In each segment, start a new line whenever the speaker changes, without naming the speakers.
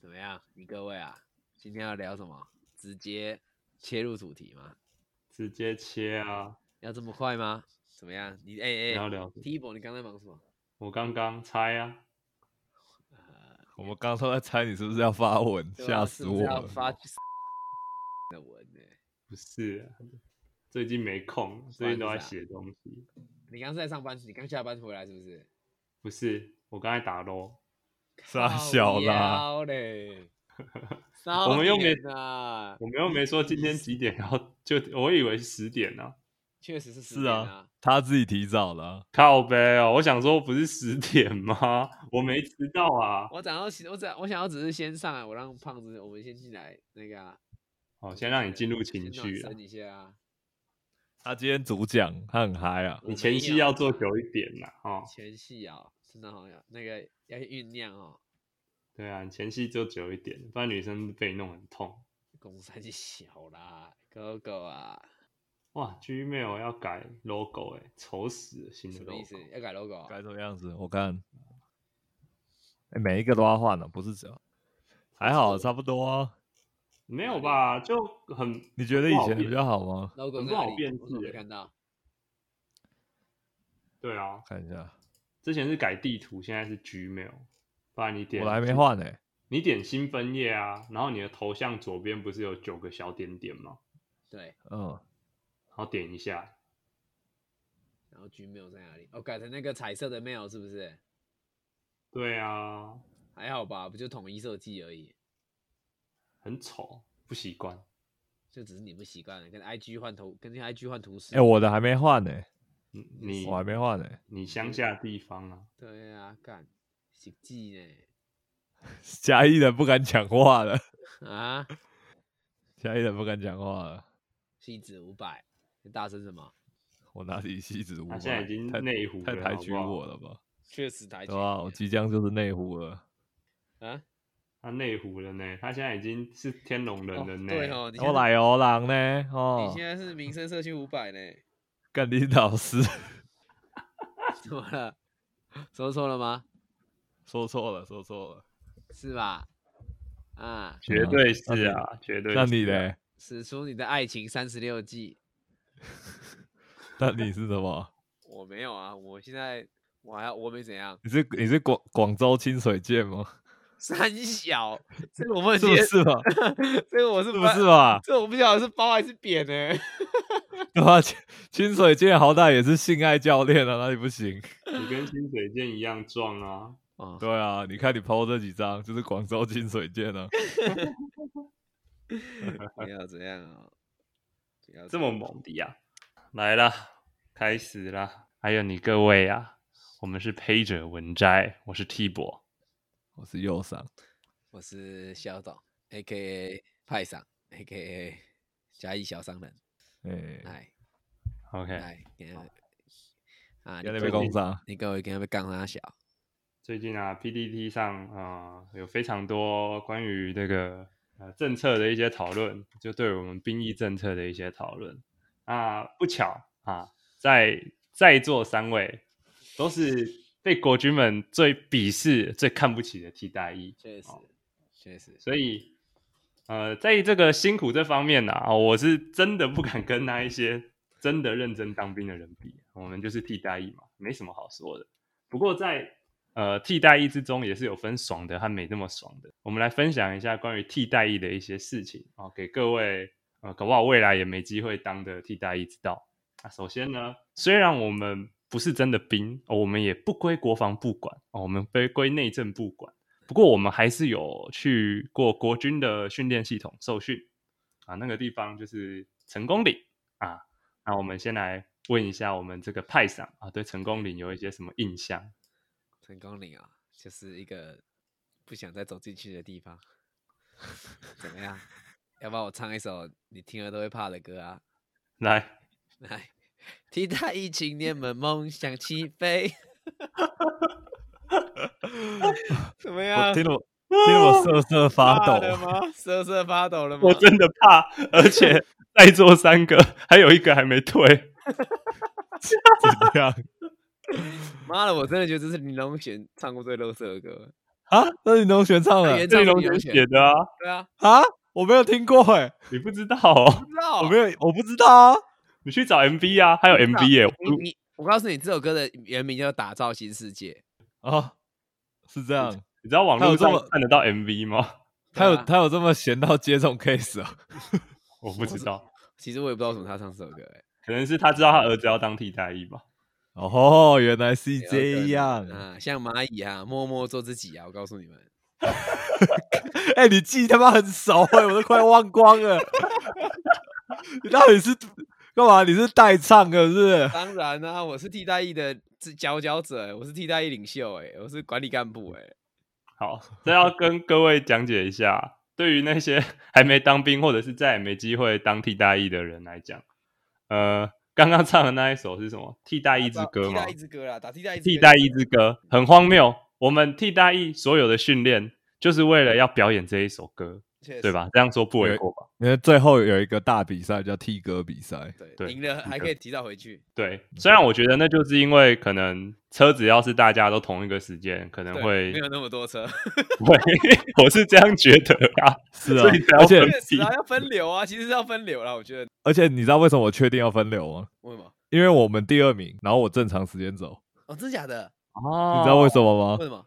怎么样？你各位啊，今天要聊什么？直接切入主题吗？
直接切啊！
要这么快吗？怎么样？你哎
聊
哎
聊，
t i b o 你刚才忙什么？
我刚刚猜啊，
呃，
我们刚刚都在猜你是不是要发文，
对
吓
啊
死
是不是
我
要
了！
发的文呢、
不是、啊，最近没空，最近都在写东西。
你刚是在上班，你刚下班回来是不是？
不是，我刚才打 l
傻小啦，
靠腰嘞，
我们又没
啊，
我们又没说今天几点，然后就我以为是十点呢、啊，
确实是
是
10点
啊
啊，，
他自己提早了啊。
靠背哦，我想说不是十点吗？我没迟到啊。
我想要我想我想要只是先上来，我让胖子我们先进来那个啊，
好，先让你进入
先
情
暖
绪啊
身。一下啊。
他今天主讲，他很嗨啊！
你前期要做久一点啦，哦，
前戏啊，真的好像那个要酝酿哦，
对啊，你前期做久一点，不然女生被你弄很痛。
公山就小啦，哥哥啊，
哇，Gmail 要改 logo 哎、丑死了，新的
什么
logo。
意思？要改 logo？啊
改什么样子？我看，哎、每一个都要换了，不是只有，还好，差不多、啊。
没有吧？就很
你觉得以前的比较好吗？
logo
很
在
不
哪
好
里
辨
我怎么没
识欸
看到。
对啊，
看一下，
之前是改地图，现在是 Gmail。不然你点
我还没，换呢、
你点新分页啊，然后你的头像左边不是有九个小点点吗？
对，
嗯，
然后点一下，
然后 Gmail 在哪里？哦，改成那个彩色的 mail 是不是？
对啊，
还好吧，不就统一设计而已，
很丑，不习惯。
就只是你不习惯了，跟 IG 换图，跟 IG 换图
哎、
示。
我的还没换呢、
你嗯你
我还没换呢、
你乡下地方啊，
对啊，干，习技呢？
嘉义人不敢讲话了，
啊，
嘉义人不敢讲话了。
锡纸五百，你大声什么？
我哪里西子五百？
他现在已经
太
内湖
太
了
抬
好
举
不好
我了吧？
确实台
对啊，我即将就是内湖了。
啊，
他内湖人呢、他现在已经是天龙人
哦
了呢、
对哦，你现
我
在
来哦，狼呢？哦
你，现在是民生社区五百呢？
干林老师
怎么了？说错了吗？
说错了，说错了。
是吧？啊，
绝对是啊，绝对是啊。
那你嘞？
使出你的爱情三十六计。
那你是什么？
我没有啊，我现在我还要我没怎样，
你是你是广广州清水剑吗？
三小，这个我不能
是不
接，
是嘛？
这个我是
是
不
不是？嘛？
这我不晓得是包还是扁呢、
对啊，清清水剑好歹也是性爱教练啊，哪里不行？
你跟清水剑一样壮啊！
哦，
对啊，你看你 PO 这几张，就是广州清水剑啊。
不要这样啊、不要
这么猛的呀、来啦，开始啦！还有你各位啊，我们是胚者文摘，我是 T 博，
我是右上，
我是肖董，A K A 派上，A K A 嘉义小商人，
哎、
哎
OK，
哎，给他啊，你
要那
各
边
位
工伤，
你各位跟他们杠他小，
最近啊，PDT 上啊、呃有非常多关于这个呃政策的一些讨论，就对我们兵役政策的一些讨论。啊，不巧啊，在在座三位都是被国军们最鄙视、最看不起的替代役。
确实
好
确实，
所以，呃，在这个辛苦这方面呢、啊，我是真的不敢跟那一些真的认真当兵的人比，我们就是替代役嘛，没什么好说的。不过在呃替代役之中，也是有分爽的和没那么爽的。我们来分享一下关于替代役的一些事情啊、哦，给各位呃，搞不好未来也没机会当的替代役知道。那首先呢，虽然我们不是真的兵，哦、我们也不归国防部管哦，我们归归内政部管。不过我们还是有去过国军的训练系统受训啊，那个地方就是成功岭啊。那我们先来问一下我们这个派长啊，对成功岭有一些什么印象？
成功岭啊，就是一个不想再走进去的地方。 怎么样？要不然我唱一首你听了都会怕的歌啊！
来，
来，替代役青年们梦想起飞。 怎么样
我？听了我听了
哦
我瑟瑟发
怕
抖。
了吗？瑟瑟发抖了吗？
我真的怕，而 且在座三个还有一个还没退。
怎么样？
妈的，我真的觉得这是林隆璇唱过最露色的歌。
啊，那是你同学唱的
原
这
唱
是
是
龙
你同
泉
学
写的啊，
对啊，
啊？我没有听过哎，
你不知道哦
不，知道
我没有，我不知道啊。
你去找 MV 啊，还有 MV 耶、
你你，我告诉你，这首歌的原名叫《打造新世界》。
哦，是这样，
你知道网络
还有这
上
么
看得到 MV 吗？
他有
对啊
他有这么闲到接这种 case 啊？
我不知道，
其实我也不知道为什么他唱这首歌、欸，
可能是他知道他儿子要当替代役吧。
哦，原来是
有可
这
能
样。
啊，像蚂蚁啊，默默做自己啊，我告诉你们，
哎、你记他妈很熟哎、我都快忘光了。 你到底是干嘛？你是代唱的是不是？
当然啊，我是替代役的佼佼佼者欸、我是替代役领袖、欸，我是管理干部、欸，
好，这要跟各位讲解一下，对于那些 还没当兵或者是再也没机会当替代役的人来讲，呃，刚刚唱的那一首是什么？替代役之歌
啊替
吗
代？役之歌啦，打替代役之歌，
替代役之歌很荒谬，我们替代役所有的训练就是为了要表演这一首歌，
确
对
实？
吧？这样说不为过吧？
因为最后有一个大比赛叫替歌 比赛，
对，
对
赢了
是
还
的
可以提早回去，
对，虽然我觉得那就是因为可能车子要是大家都同一个时间，可能
对
会
没有那么多车，
会，我 是这样觉得啊。
是啊
所以才。要
而且
分
确实啊，要分流啊，其实是要分流啦，我觉得
而且你知道为什么我确定要分流吗？
为什么？
因为我们第二名，然后我正常时间走，
哦，真假的？
哦
你知道为什么
为
吗？
什么？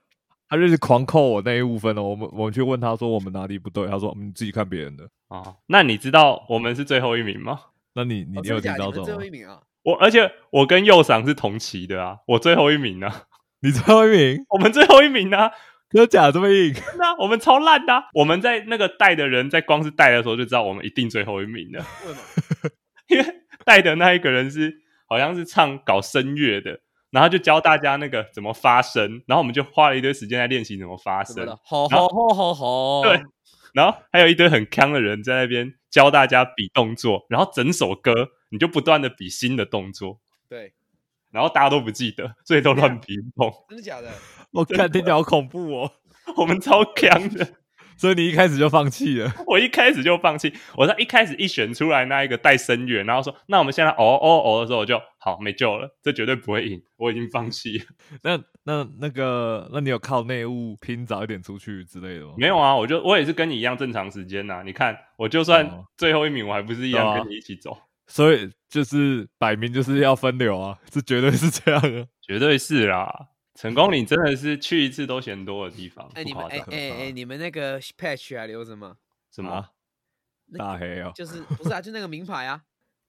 他就是狂扣我那一部分哦。我们我们去问他说我们哪里不对，他说你自己看别人的。
哦，那你知道我们是最后一名吗？
那你你
哦
你
真的
有听
假的？
到
你
什
们最
么
后
吗
一？名啊？
我而且我跟右赏是同期的啊，我最后一名啊，
你最后一名，
我们最后一名啊，
真的假的这么硬？
那我们超烂的啊、我们在那个带的人在光是带的时候就知道我们一定最后一名了，
为什么？
因为带的那一个人是好像是唱搞声乐的，然后就教大家那个怎么发声，然后我们就花了一堆时间在练习怎么发
什么
声
的，，吼
然
吼吼吼吼！
对然后还有一堆很坑的人在那边教大家比动作，然后整首歌你就不断的比新的动作，
对，
然后大家都不记得，所以都乱比动。
真的 假的？
我看听起来好恐怖哦。
我们超坑的，
所以你一开始就放弃了。
我一开始就放弃。我在一开始一选出来那一个带声乐，然后说那我们现在哦哦哦的时候，我就好没救了，这绝对不会赢，我已经放弃了。
那那那个，那你有靠内务拼早一点出去之类的吗？
没有啊，我就我也是跟你一样正常时间呐、你看，我就算
哦
最后一名，我还不是一样
对啊
跟你一起走。
所以就是摆明就是要分流啊，这绝对是这样啊。
绝对是啦。成功岭真的是去一次都嫌多的地方，
哎，你
不
们
夸
哎
张。
哎哎，你们那个 patch 还留着吗？
什么、
啊
那
大黑哦，
就是不是啊，就那个名牌啊，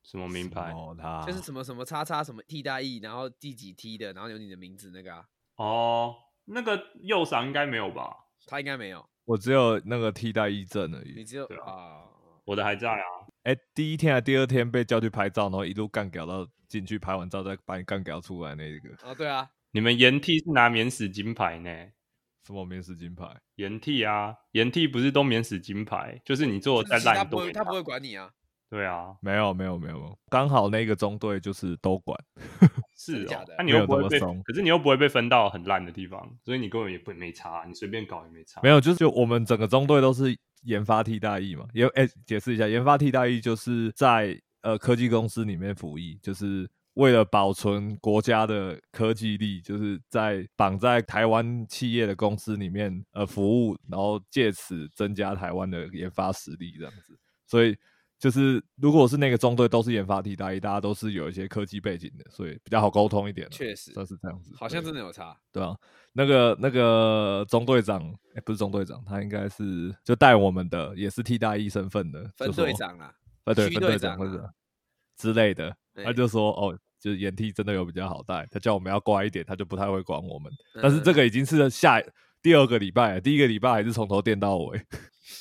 什么名牌？
哦，他
就是什么什么叉叉什么替代役，然后第几梯的，然后有你的名字那个啊，
哦，那个右赏应该没有吧？
他应该没有，
我只有那个替代医证而
你
已。
只有
嗯对啊
啊，
我的还在啊。
哎，第一天还第二天被叫去拍照，然后一路干屌到进去拍完照再把你干屌出来那个
哦对 啊，
你们岩替是拿免死金牌呢？
什么免死金牌？
岩替啊，岩替不是都免死金牌？就是你做
就
的
是
再
其实他
烂
不
都
会
没
他
拿
不。会管你啊，
对啊，
没有没有没有，没有刚好那个中队就是都管，
是
真假
哦
的。
那、你又
没有
不会被
这么松，
可是你又不会被分到很烂的地方，所以你根本也不没差，啊你随便搞也没差。
没有就是就我们整个中队都是研发替代役嘛。也哎，解释一下，研发替代役就是在呃科技公司里面服役，就是为了保存国家的科技力，就是在绑在台湾企业的公司里面呃服务，然后借此增加台湾的研发实力这样子。所以就是如果是那个中队都是研发替代役，大家都是有一些科技背景的，所以比较好沟通一点啊。
确实
算是这样子，
好像
对
真的有 差，
对啊，那个那个中队长，哎、不是中队长，他应该是就带我们的，也是替代役身份的
分
就说
哦
队长啊啦，
呃，对，
区
分
队
队
长
或
啊
者之类的，他
对
就说哦，就是掩替真的有比较好带，他叫我们要乖一点，他就不太会管我们。但是这
嗯
个已经是下第二个礼拜了，第一个礼拜还是从头垫到尾，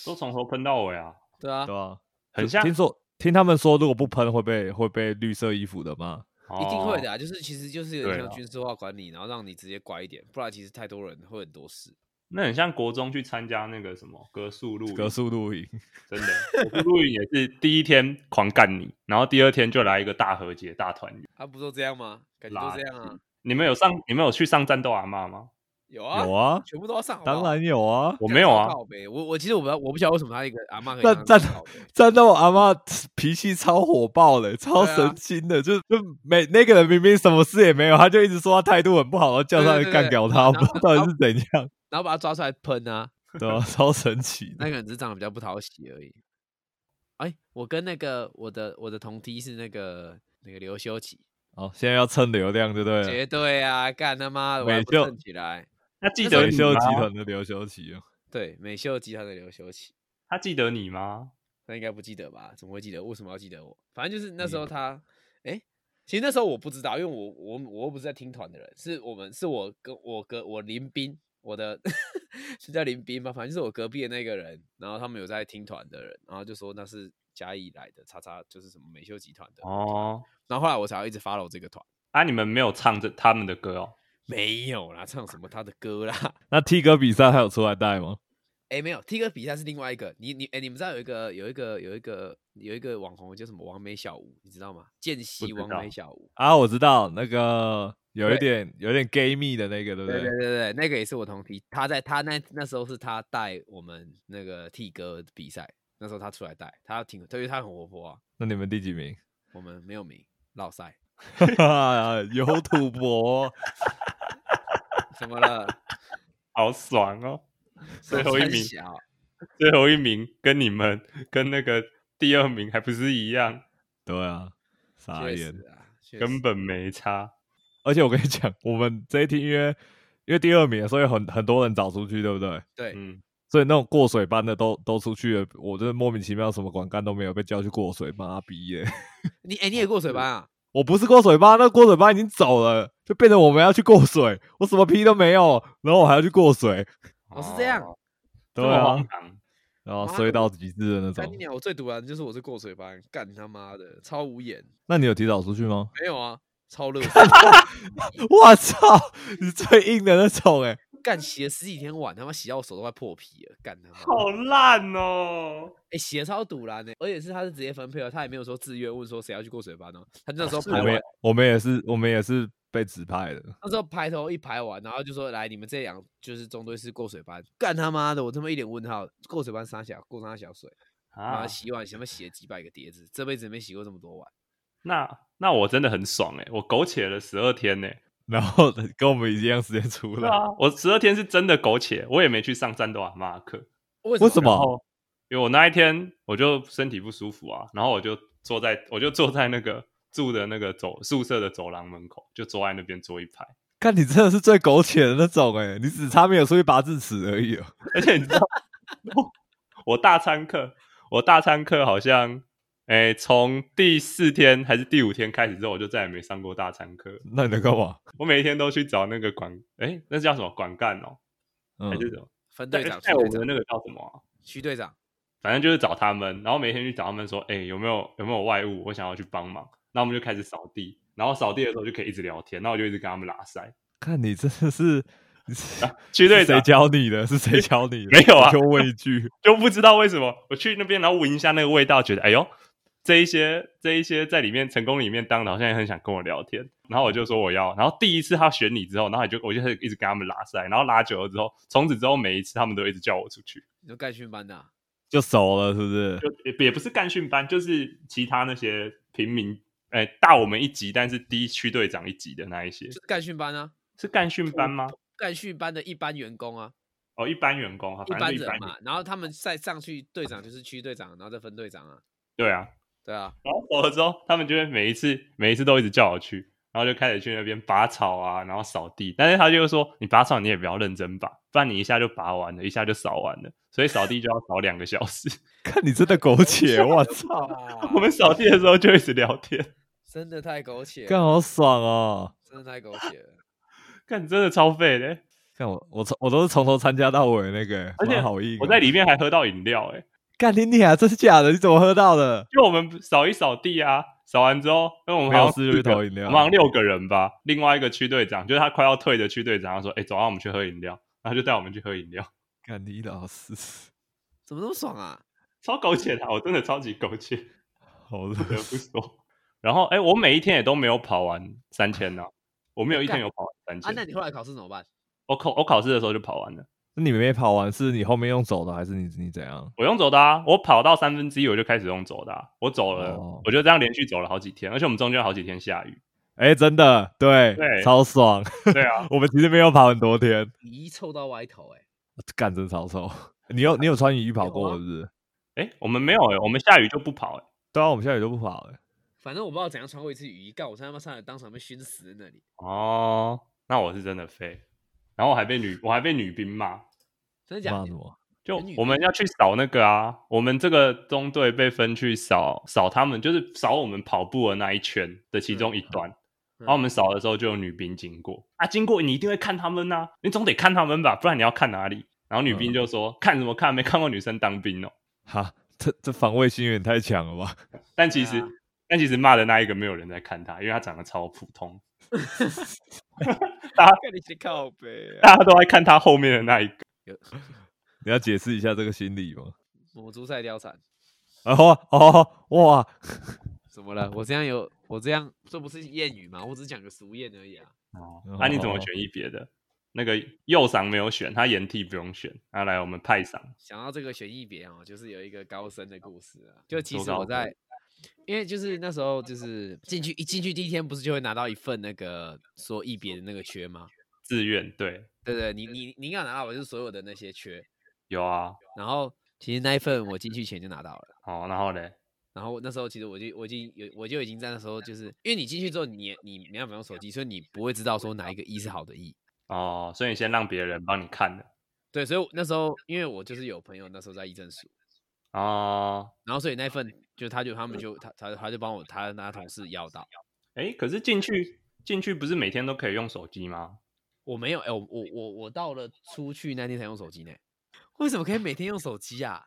都从头喷到尾啊，
对啊
对，吧、
很
就
像
听说听他们说，如果不喷会被会被绿色衣服的骂。
一定会
哦
的啊，就是其实就是有点
对
像
啊
军事化管理，然后让你直接乖一点，不然其实太多人会很多事，
那很像国中去参加那个什么格数露营
格数露营，
真的，格数露营也是第一天狂干你，然后第二天就来一个大和解、大团圆。
啊他不都这样吗？感觉都
垃
这样啊
圾，你们有上，你们有去上战斗阿嬷吗？
有啊
有，啊，
全部都要上，好不
当
好
然有啊。
我
干
没有
超
啊，
靠北我我其实我不知道，我不晓得为什么他一个阿妈可以
但
当这么
但
靠北
战斗阿妈 脾气超火爆的，超
对啊
神经的，就就每那个人明明什么事也没有，他就一直说他态度很不好，然后叫
对
上
对
去
对
干
对
掉他，
然
我不知
后
道到底是怎样。
然后把他抓出来喷啊，
对啊， 超神奇的。
那个人只是长得比较不讨喜而已。哎，我跟那个我的我的同梯是那个那个刘修齐，
哦，现在要蹭流量，对不对了？
绝对啊，干他妈的，我还
美
不
秀
蹭起来。
他记得
刘
你
秀集
吗？
团的刘修齐哦，
对，美秀集团的刘修齐，
他记得你吗？
他应该不记得吧？怎么会记得？为什么要记得我？反正就是那
嗯
时候他，哎、其实那时候我不知道，因为我我我又不是在听团的人，是我们是我跟我隔我林斌，我的 是叫林斌吗？反正就是我隔壁的那个人，然后他们有在听团的人，然后就说那是嘉义来的，叉叉就是什么美秀集团的。
哦，
然后后来我才一直 follow 这个团，
啊，你们没有唱这他们的歌哦。
没有啦，唱什么他的歌啦。
那 T 哥比赛还有出来带吗？
哎，没有，T 哥比赛是另外一个。你你哎，你们知道有一个有一个有一个有一个网红叫什么王美小吴，你知道吗？见习
知
王
道
美小吴。
啊，我知道那个有一
对
点有一点 gay 蜜的那个，对不
对
对
对？对对，那个也是我同梯，他在他那那时候是他带我们那个 T 哥比赛，那时候他出来带，他挺，因为他很活泼啊。
那你们第几名？
我们没有名，落赛，
有土博，
怎么了？
好爽哦！最后一
三
名
小
最后一名跟你们跟那个第二名还不是一样，
对啊，傻
确
眼
实。啊，确实
根本没差。
而且我跟你讲，我们这一题因为因为第二名，所以很很多人找出去，对不对？
对，
嗯，
所以那种过水班的都都出去了，我真的莫名其妙什么管干都没有被叫去过水班，妈逼耶！
你哎，你也过水班啊？
我不是过水班，那过水班已经走了，就变成我们要去过水，我什么屁都没有，然后我还要去过水，
哦是这样
哦，这
对
么
啊
荒，唐。
然后
妈
衰
的
到极致的那
干
种
你。娘！我最毒然就是我是过水班，干你他妈的，超无眼。
那你有提早出去吗？
没有啊，超热，
我操，你最硬的那种哎、
干洗了十几天碗，他妈洗到我手都快破皮了，干他妈的！
好烂 哦！
哎、洗的超堵然的，而且是他是直接分配哦了，他也没有说自愿问说谁要去过水班哦，他那时候排
我
完
们也，我们也是我们也是被指派的，
那时候排头一排完，然后就说来你们这两就是中队是过水班，干他妈的，我他妈一脸问号，过水班啥小过啥小水，然
啊
后，洗碗什么洗了几百个碟子，这辈子没洗过这么多碗，
那那我真的很爽哎、我苟且了十二天呢、
然后跟我们一样时间出
对
来，
啊，我十二天是真的苟且，我也没去上战斗阿妈的课。
为
为什
么？
然
么？
后，因为我那一天我就身体不舒服啊，然后我就坐在我就坐在那个住的那个走宿舍的走廊门口，就坐在那边坐一排。
看你真的是最苟且的那种哎、你只差没有出去拔智齿而已、哦。
而且你知道，我大餐课，我大餐课好像，哎、从第四天还是第五天开始之后，我就再也没上过大餐课。
那你在干嘛？
我每一天都去找那个管，哎、那叫什么管干哦，还
嗯，
是什么？
分队
带
长、区
带哎我
队长、
们的那个叫什么啊、
区队长，
反正就是找他们，然后每天去找他们说，哎、有没有有没有外务，我想要去帮忙。那我们就开始扫地，然后扫地的时候就可以一直聊天，那我就一直跟他们拉塞。
看你真的是， 你是
区队
是谁
长
教你的？ 是谁教你的？
没有啊
我就问一句，
就不知道为什么我去那边，然后闻一下那个味道，觉得哎呦，这一些这一些在里面成功里面当的，好像也很想跟我聊天。然后我就说我要，然后第一次他选你之后，然后你就我就开始一直跟他们拉塞，然后拉久了之后，从此之后每一次他们都一直叫我出去，
你说干训班的啊、
就熟了，是不 是？
就也也不是干训班，就是其他那些平民，哎，大我们一级，但是低区队长一级的那一些
就是干训班啊，
是干训班吗？
干训班的一般员工啊，
哦，一般员工哈，
一
反正
般
就一般
人嘛，然后他们再上去队长就是区队长，然后再分队长啊，
对啊，
对啊，
然后走了之后，他们就会每一次每一次都一直叫我去，然后就开始去那边拔草啊，然后扫地。但是他就说，你拔草你也不要认真拔，不然你一下就拔完了，一下就扫完了，所以扫地就要扫两个小时。
看你真的苟且，我操，
哦我们扫地的时候就一直聊天，
真的太苟且
干
了，
好爽哦！
真的太苟且了。
看真的超废的。
看我，我从我都是从头参加到尾那个、欸，
而且
蛮好硬哦、
我在里面还喝到饮料，哎，
干你你啊，这是假的？你怎么喝到的？
因为我们扫一扫地啊，扫完之后，因为我们
没有
好像
事就
四
去
个
投饮料
我们好像六个人吧，另外一个区队长就是他快要退的区队长，他说：“哎、走啊，我们去喝饮料。”然后就带我们去喝饮料，
干你老师，
怎么那么爽啊？
超苟且的啊，我真的超级苟且。
好热
不得不说。然后，哎、我每一天也都没有跑完三千呢、我没有一天有跑完三
啊，那
千、
你后来考试怎么办？
我考我考试的时候就跑完了，
那你没跑完，是你后面用走的，还是你你怎样？
我用走的啊，我跑到三分之一我就开始用走的、啊，我走了，
哦
我就这样连续走了好几天，而且我们中间好几天下雨。
哎、真的，对，
对
超爽。
对啊，
我们其实没有跑很多天，
你一凑到歪头、欸，哎，
干真超臭。你有你有穿雨衣跑
有啊
过是不是？
哎、我们没有哎、我们下雨就不跑哎、
对啊，我们下雨都不跑了。
反正我不知道怎样穿过一次雨衣，干我他妈差点当场被熏死在那里，
哦，那我是真的废。然后我还被女我还被女兵骂，
真的假
骂
的
欸什？么？
就
女
我们要去扫那个啊，我们这个中队被分去扫扫他们，就是扫我们跑步的那一圈的其中一段。
嗯
然啊后我们扫的时候就有女兵经过啊，经过你一定会看他们呐、你总得看他们吧，不然你要看哪里？然后女兵
嗯
就说：“看什么看？没看过女生当兵哦。
哈，这这防卫心有点太强了吧？”
但其实，
对啊
但其实骂的那一个没有人在看他，因为他长得超普通，大家
干你去靠背 啊！
大家都在看他后面的那一个。
有
你要解释一下这个心理吗？
母猪赛貂蝉，
啊哦哦哇！
怎么了？我这样有我这样，这不是谚语吗？我只是讲个俗谚而已啊。
哦
哦，
那、你怎么选一别的？那个右赏没有选，他掩替不用选。那、来我们派赏，
想到这个悬疑别啊，就是有一个高僧的故事啊。就其
多
实
嗯高
我
僧
在，因为就是那时候就是进去一进去第一天，不是就会拿到一份那个说一别的那个缺吗？
自愿对，
对对，你你你应该有拿到，我就是所有的那些缺。
有啊。
然后其实那一份我进去前就拿到了。
哦，然后呢？
然后那时候其实我就我已经有我就已经在那时候就是因为你进去之后你你没办法用手机，所以你不会知道说哪一个一是好的一。
哦，所以你先让别人帮你看的。
对，所以我那时候因为我就是有朋友那时候在一证署，
哦，
然后所以那份就他就他们就他他他就帮我他他同事要到，
哎，可是进去进去不是每天都可以用手机吗？
我没有哎、我我我我到了出去那天才用手机呢，为什么可以每天用手机啊？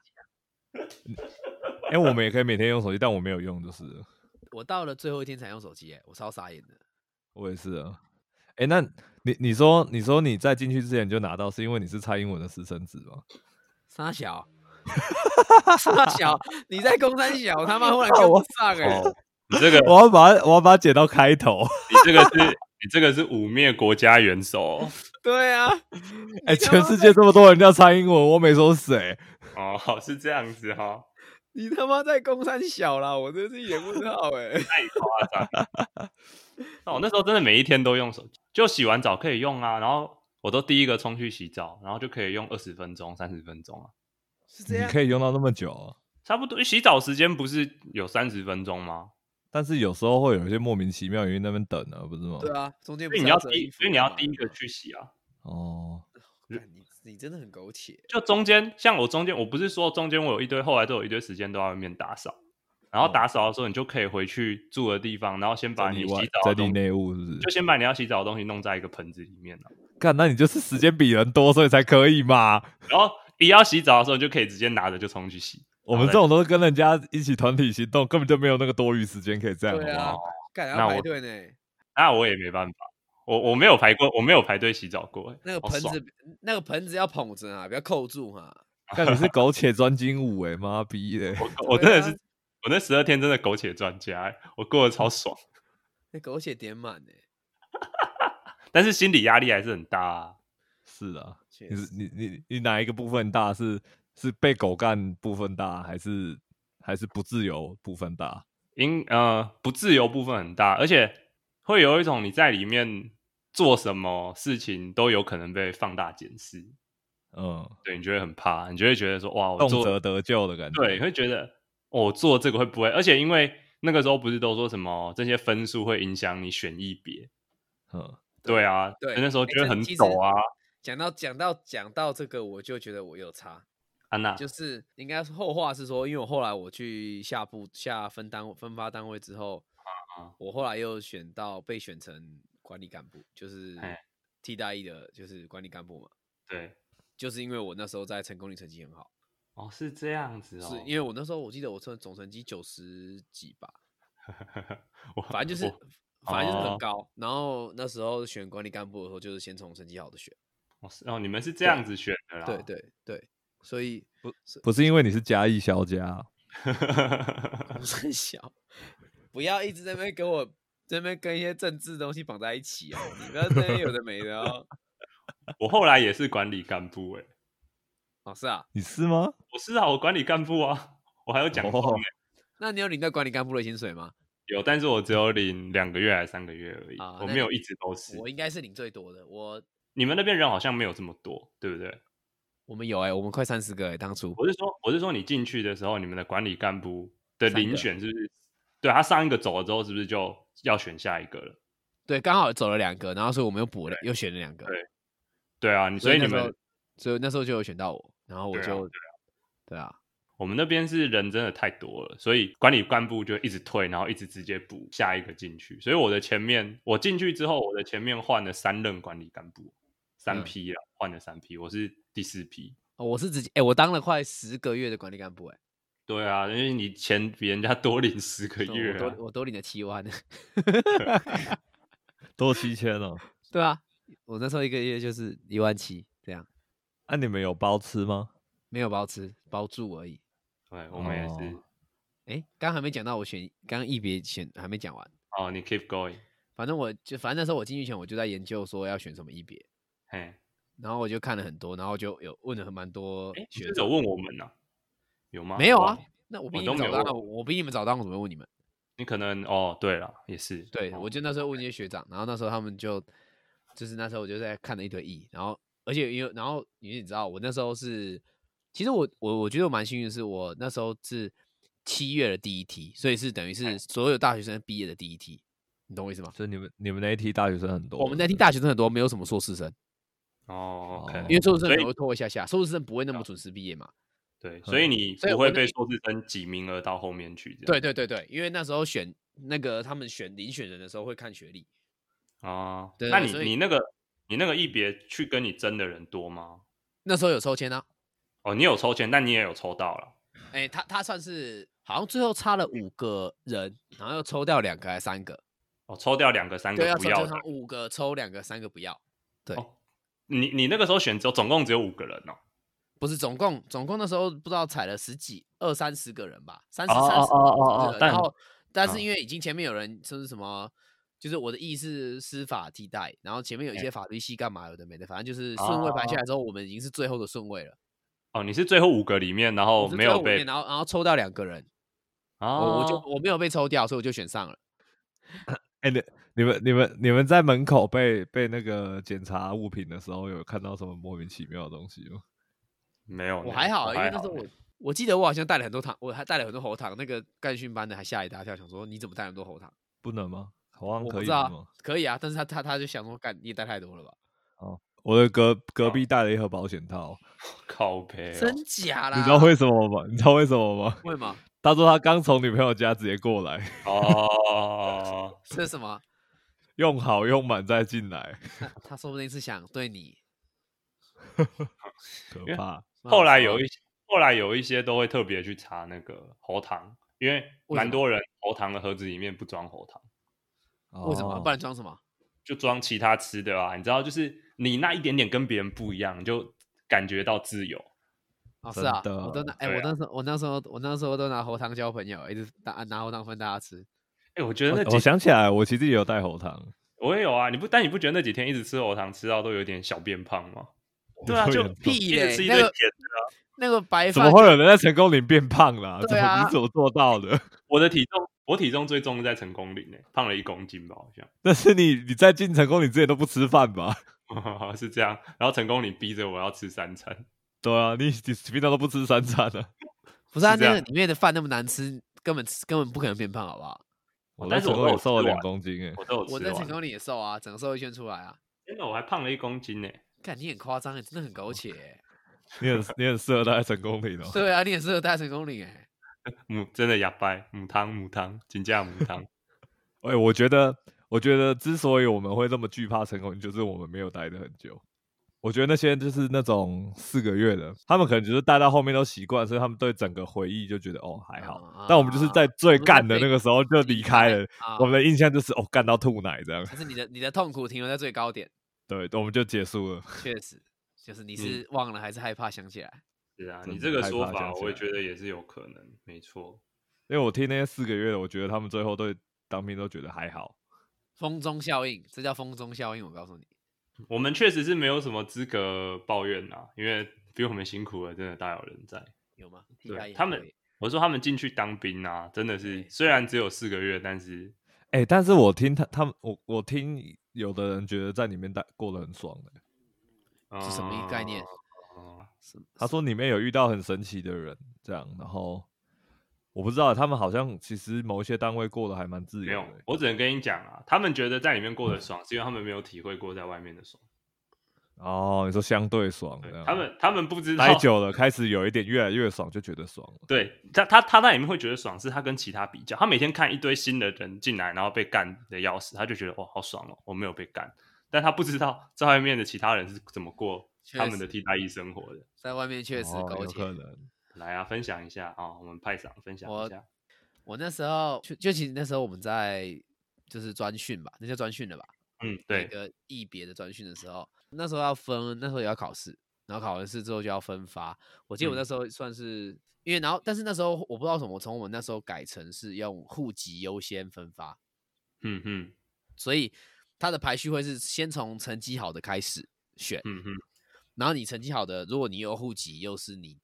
哎、我们也可以每天用手机，但我没有用，就是了
我到了最后一天才用手机哎、我超傻眼的。
我也是啊。哎、那你你说你说你在进去之前就拿到，是因为你是蔡英文的私生子吗？
沙小，沙 小，你在公山小，他妈忽然跟不上哎、
哦， 你这个
我要把它我要把它剪到开头。
你这个是你这个是污蔑国家元首哦
对啊，
哎、
你他
全
妈
世
在
界这么多人叫蔡英文，我没说谁。
哦，是这样子哈、哦，
你他妈在公山小啦，我真是一脸问号哎、
那我那时候真的每一天都用手机，就洗完澡可以用啊，然后我都第一个冲去洗澡，然后就可以用二十分钟、三十分钟啊，
是这
你
样，
可以用到那么久、哦，
差不多。洗澡时间不是有三十分钟吗？
但是有时候会有一些莫名其妙因为那边等啊，不是吗？
对啊，中间
所
不
以
是
你要
折
第
衣
一，
服
所以你要
干嘛
第一
的
个
吗
去洗啊。
哦，
干你你真的很苟且，
就中间，像我中间，我不是说中间我有一堆，后来都有一堆时间都在外面打扫，然后
哦
打扫的时候，你就可以回去住的地方，然后先把
整
你
理
洗
外
澡的
整理
东西，
内务是不是
就？先把你要洗澡的东西弄在一个盆子里面了，啊
干，那你就是时间比人多，所以才可 以嘛。
然后一要洗澡的时候，你就可以直接拿着就冲去洗。
我们这种都是跟人家一起团体行动，根本就没有那个多余时间可以这样，
对
好
啊
不好？，
干还
那
要排
我
队呢。
那我也没办法，我我没有排过，我没有排队洗澡过、欸
那个
好
盆
爽
子，那个盆子要捧着啊，不要扣住哈、
看你是苟且专精舞哎、 妈逼嘞！
我我真
对
的
啊
是，我那十二天真的苟且专家、欸我过得超爽，
那苟且点满呢、
但是心理压力还是很大、啊。
是啊，
确
你
实
是你你你哪一个部分大？是是被狗干部分大，还是还是不自由部分大？
因呃不自由部分很大，而且会有一种你在里面做什么事情都有可能被放大检视，
嗯，
对你就会很怕，你就会觉得说哇，我
动
做
辄得咎的感觉。
对，会觉得、哦我做这个会不会？而且因为那个时候不是都说什么这些分数会影响你选一别，
嗯，
对啊，
对
那时候
诶
觉得
这
很
其实
抖啊。
讲到讲到讲到这个，我就觉得我有差，
安娜
就是应该是后话是说，因为我后来我去下部下分单分发单位之后，
啊
我后来又选到被选成管理干部，就是
哎
替代役的，就是管理干部嘛。
对，
就是因为我那时候在成功率成绩很好，
哦是这样子哦，
是因为我那时候我记得我成总成绩九十几吧，
我
反正就是
我
反正就是
哦
很高。然后那时候选管理干部的时候，就是先从成绩好的选。
哦是哦你们是这样子选的啦，
对对对，所以不是
不是因为你是嘉义小家，啊
嗯
不是很小，不要一直在那边跟我这边跟一些政治东西绑在一起哦，你不要这边有的没的哦。
我后来也是管理干部哎、
哦，是啊，
你是 吗？
我是啊，我管理干部啊，我还有奖金欸、
哦
那你有领到管理干部的薪水吗？
有，但是我只有领两个月还是三个月而已，
啊
我
那
没有
你
一直都是。
我应该是领最多的，我
你们那边人好像没有这么多，对不对？
我们有哎、我们快三十个哎、当初
我是说，我是说你进去的时候，你们的管理干部的
三
遴
个
选是不是？对他上一个走了之后，是不是就要选下一个了？
对，刚好走了两个，然后所以我们又补了，又选了两个，
对对啊，你所以
那
你
时候
们
所以那时候就有选到我，然后我
对啊
就
对
对啊，
我们那边是人真的太多了，所以管理干部就一直退，然后一直直接补下一个进去。所以我的前面，我进去之后，我的前面换了三任管理干部，三
嗯
批了，换了三批，我是第四批。
哦我是直接哎、我当了快十个月的管理干部哎、
对啊，因为你钱比人家多领十个
所以
月、
我
啊，
多我多领了七万，
多七千哦。
对啊，我那时候一个月就是一万七这样，
那、啊你们有包吃吗？
没有包吃包住而已。
对，我们也是。
哦
哎，刚还没讲到我选，刚刚一别选还没讲完。
哦，你 keep going，
反正我就反正那时候我进去前我就在研究说要选什么一别，
嘿，
然后我就看了很多，然后就有问了蛮多
哎，
学
学者
长，
问我们呢、有吗？哦
没有
我
啊
忘了？
那我比
我
你
都
们
没
早
有
当啊，
问
我我比你们早当，我怎么会问你们？
你可能哦，对了，也是，
对，
哦
我就那时候问一些学长，然后那时候他们就就是那时候我就在看了一堆 E，然后而且因为然后因为你知道我那时候是，其实我我我觉得我蛮幸运的是，我那时候是七月的第一梯，所以是等于
哎
是所有大学生毕业的第一梯，你懂我意思吗？
所以你们你们那一批大学生很多。
我们那批大学生很多，没有什么硕士生，
哦，OK，
因为硕士生
所
可
以
能会拖一下下，硕士生不会那么准时毕业嘛。
对，所以你
嗯所以
不
我
会
那
被
一
硕士生挤名额到后面去，这样
对对对对，因为那时候选那个他们选遴选人的时候会看学历，
哦，
对
那
对
你
所以
你那个你那个一别去跟你争的人多吗？
那时候有抽签啊，
哦，你有抽签，但你也有抽到了。
哎、他他算是好像最后差了五个人，然后又抽掉两个还是三个，
哦，抽掉两个、三
对，
个
要
不
抽
要
掉
的
他。五个，抽两个，三个不要，对，
哦你你那个时候选择总共只有五个人哦。
不是总共总共那时候不知道踩了十几二三十个人吧，三十
哦
三十
哦哦哦哦
然
但
后但是
嗯
因为已经前面有人说是什么。就是我的意是司法替代，然后前面有一些法律系干嘛有的没的，反正就是顺位排下来之后，我们已经是最后的顺位了。
哦，你是最后五个里面，然后
我是
没
最后
有
五
被
名然后然后抽到两个人，
啊
我我就我没有被抽掉，所以我就选上了。
哎、你你们你们你们在门口被被那个检查物品的时候，有看到什么莫名其妙的东西吗？
没有呢，
我还好，因为那时
好
候我
呢
我记得我好像带了很多糖，我还带了很多喉糖。那个干训班的还吓一大跳，想说你怎么带那么多喉糖？
不能吗？好像
我
可
不
以
知道啊
的吗？，
可以啊，但是他他他就想说，干你也带太多了吧？
我的隔隔
哦
壁带了一盒保险套，
靠背哦，
真假啦？
你知道为什么吗？你知道为什么吗？
为吗？
他说他刚从女朋友家直接过来，
哦，
这是什么？
用好用满再进来，
他他说不定是想对你。
可
因为
怕。
后来有
一
一些，后来有一些都会特别去查那个喉糖，因为
为什
蛮
么
多人喉糖的盒子里面不装喉糖，
为什么？
哦
不然装什么？
就装其他吃的啊。你知道，就是你那一点点跟别人不一样，你就感觉到自由。
哦，是
真
啊，
的
我都拿，哎，
对
我
啊
那时候我那时候我那时候都拿喉糖交朋友，一直拿拿喉糖分大家吃。
哎、我觉得那
我
几
我想起来，我其实也有带喉糖，
我也有啊，你不但你不觉得那几天一直吃喉糖吃到都有点小变胖吗？对啊，
我有
就
点
屁
一
嘞
直吃一
那
堆甜
个
的啊、
那个白
怎
饭
么会有人在成功岭变胖啦、
对
怎么
啊
你怎么做到的？
我的体重，我体重最重在成功岭诶、欸胖了一公斤吧，好
但是你你在进成功岭之前都不吃饭吧？
像 是这样。然后成功岭逼着我要吃三餐，
对啊，你你平常都不吃三餐的、啊。
不是啊，
是这
那个
样
里面的饭那么难吃，根本吃根本不可能变胖，好不好？
我在
哦但是
成
我
功
都
岭
有
瘦了
吃
两
完
公斤诶、欸
我都有吃
我在成
完。
功岭也瘦啊，整个瘦一圈出来啊。
真的，我还胖了一公斤呢、
看你很夸张欸，真的很
哦
苟且欸。
你很你很适合待在成功岭哦。
对啊，你也适合待成功岭哎。
母嗯真的哑巴，母汤母汤，金价母汤。
哎、我觉得，我觉得之所以我们会这么惧怕成功，就是我们没有待的很久。我觉得那些就是那种四个月的，他们可能就是待到后面都习惯，所以他们对整个回忆就觉得哦还
啊
好。
嗯
但我们就是在
我
最
们在
干的
被
那个时候就离开了，
啊
我，们的印象就是哦干到吐奶这样，
可是你的你的痛苦停留在最高点，
对，我们就结束了。
确实就是
嗯
你是忘了还是害怕想起来？
是啊，
真
你
的
这个
害
说
怕
法，
想起
我也
来
觉得也是有可能，没错。
因为我听那些四个月的，我觉得他们最后对当兵都觉得还好。
风中效应，这叫风中效应，我告诉你。
我们确实是没有什么资格抱怨啊，因为比我们辛苦的真的大有人在。
有吗？替
对
代役
他
还
们
可以
我说他们进去当兵啊，真的是
对
虽然只有四个月，但是
哎、但是我听他他们，我我听有的人觉得在里面待过得很爽的、哦
是什么一概念
呃什么？
他说里面有遇到很神奇的人，这样，然后我不知道他们好像其实某一些单位过得还蛮自
没
由
有
的，欸
我只能跟你讲啊，他们觉得在里面过得爽，是因为他们没有体会过在外面的爽。
哦。你说相对爽，
对
这样
他们，嗯他们不知道
待。久了开始有一点越来越爽，就觉得爽了。
对他，他他在里面会觉得爽，是他跟其他比较，他每天看一堆新的人进来，然后被干的要死，他就觉得哇，好爽哦，我没有被干。但他不知道在外面的其他人是怎么过
确
他们的
实
替代役生活的。
在外面确实
哦
苟
有
且
可。能。
来啊，分享一下啊、我们派上分享一
我
下。
我那时候就就其实那时候我们在就是专训吧，那叫专训了吧？
嗯，
那
对，
个一别的专训的时候，那时候要分，那时候也要考试，然后考完试之后就要分发。我记得我
嗯
那时候算是、因为，然后但是那时候我不知道为什么，我从我们那时候改成是用户籍优先分发，
嗯嗯
所以它的排序会是先从成绩好的开始选，
嗯嗯，
然后你成绩好的，如果你有户籍又是你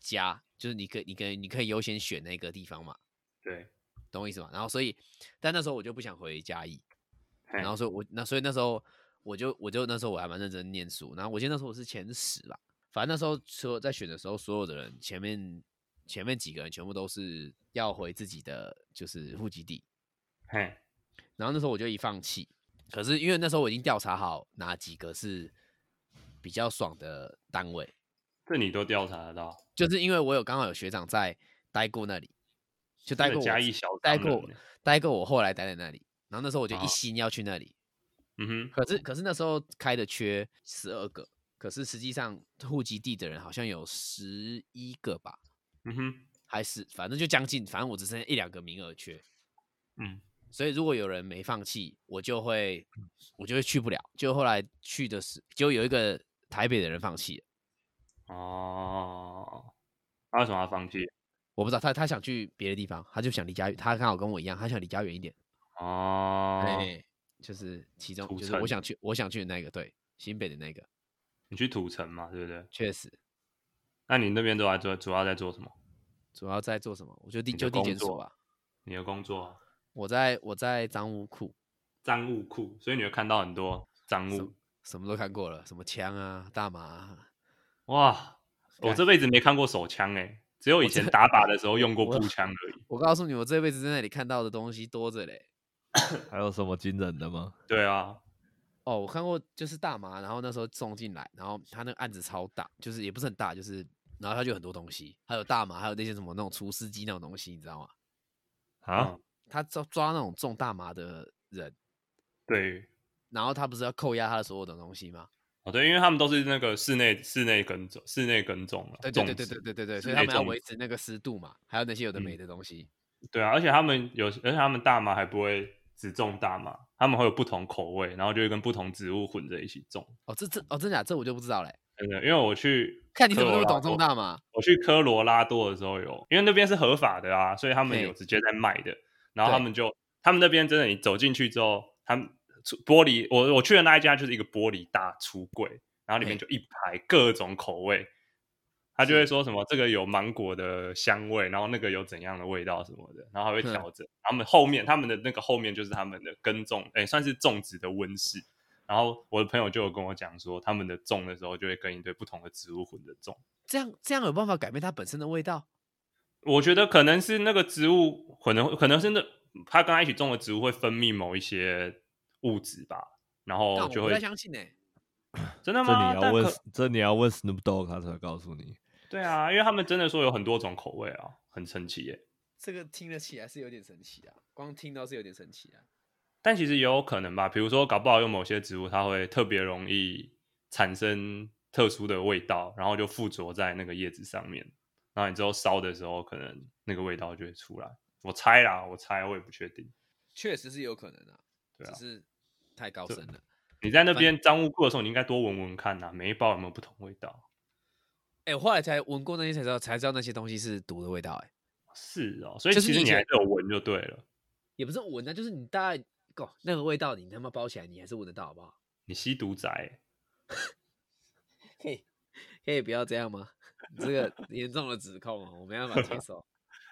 家，就是你可你可以你可以优先选那个地方嘛，
对，
懂我意思吗？然后所以，但那时候我就不想回嘉义，
嘿
然后所以我那所以那时候我就我就那时候我还蛮认真念书，然后我记得那时候我是前十吧，反正那时候所有在选的时候，所有的人前面前面几个人全部都是要回自己的就是户籍地，
嘿，
然后那时候我就一放弃，可是因为那时候我已经调查好哪几个是比较爽的单位，
这你都调查得到，
就是因为我有刚好有学长在待过那里，就待
真
过
的
我
嘉义小
待
商
过
人
我
呢
待过我后来待在那里，然后那时候我就
哦
一心要去那里，
嗯哼，
可是可是那时候开的缺十二个，可是实际上户籍地的人好像有十一个吧，
嗯哼，
还是反正就将近，反正我只剩下一两个名额缺，
嗯，
所以如果有人没放弃，我就会我就会去不了。就后来去的是，就有一个台北的人放弃了，
哦，他为什么要放弃？
我不知道他他想去别的地方，他就想离家，他刚好跟我一样，他想离家远一点。
哦，
哎，就是其中
土
就是
城
我想去我想去的那个，对，新北的那个，
你去土城嘛，对不对？
确实
那你那边都还做主要在做什么？
主要在做什么？我就地
你的
就地
工
检
作
所
啊
吧。
你的工作啊
我在我在脏污库
赃物库，所以你会看到很多赃
什
物
么。什么都看过了，什么枪啊、大麻、啊，
哇，我
干
这辈子没看过手枪哎、只有以前
这
打靶的时候用过
我
步枪而已。
我告诉你，我这辈子在那里看到的东西多着嘞。
还有什么惊人的吗？
对啊，
哦，我看过就是大麻，然后那时候送进来，然后他那个案子超大，就是也不是很大，就是然后他就有很多东西，还有大麻，还有那些什么那种除湿机那种东西，你知道吗？
嗯
啊，
他抓抓那种种大麻的人，
对，
然后他不是要扣押他的所有的东西吗？
哦对，因为他们都是那个室内室内耕种，室内耕种了，
对对
种
对对
植
对对对对，
室
所以他
内
们要
种
维持那个湿度嘛，还有那些有的没
嗯
的东西。
对啊，而且他们有，而且他们大麻还不会只种大麻，他们会有不同口味，然后就会跟不同植物混着一起种。
哦，这这哦真假这我就不知道嘞，
真的，因为我去
看你怎
科
么那
罗
么
拉
懂种
多
大麻。
啊我去科罗拉多的时候有，因为那边是合法的啊，所以他们
嘿
有直接在卖的。然后
对
他们就，他们那边真的，你走进去之后，他们出玻璃，我我去的那一家就是一个玻璃大橱柜，然后里
嘿
面就一排各种口味。他就是会说什么这个有芒果的香味，然后那个有怎样的味道什么的，然后还会
哼
调整。他们后面他们的那个后面就是他们的耕种，哎、算是种植的温室。然后我的朋友就有跟我讲说，他们的种的时候就会跟一堆不同的植物混着种。
这样这样有办法改变它本身的味道？
我觉得可能是那个植物，可能可能是那它跟它一起种的植物会分泌某一些物质吧，
但
然后
哦我
哦就
不
会
太相信呢、
真的
这
吗？
你要
但
问
可，
这你要问 Snoop Dogg，他才会告诉你。
对啊，因为他们真的说有很多种口味啊，很神奇耶。
这个听得起来是有点神奇啊，光听到是有点神奇啊。
但其实也有可能吧，比如说搞不好有某些植物它会特别容易产生特殊的味道，然后就附着在那个叶子上面，然后你之后烧的时候，可能那个味道就会出来。我猜啦，我猜，我也不确定。
确实是有可能啊，
对啊
只是太高深了。
你在那边脏污库的时候，你应该多闻闻看呐、每一包有没有不同味道？
哎、我后来才闻过那些才知道，才知道那些东西是毒的味道、哎，
是哦，所以
就
其
是
实
以
你还
前
是有闻就对了，
也不是闻啊，就是你大概够那个味道，你他妈包起来，你还是闻得到，好不好？
你吸毒仔欸。
嘿，可以不要这样吗？你这 个严重的指控哦，我没办法接受。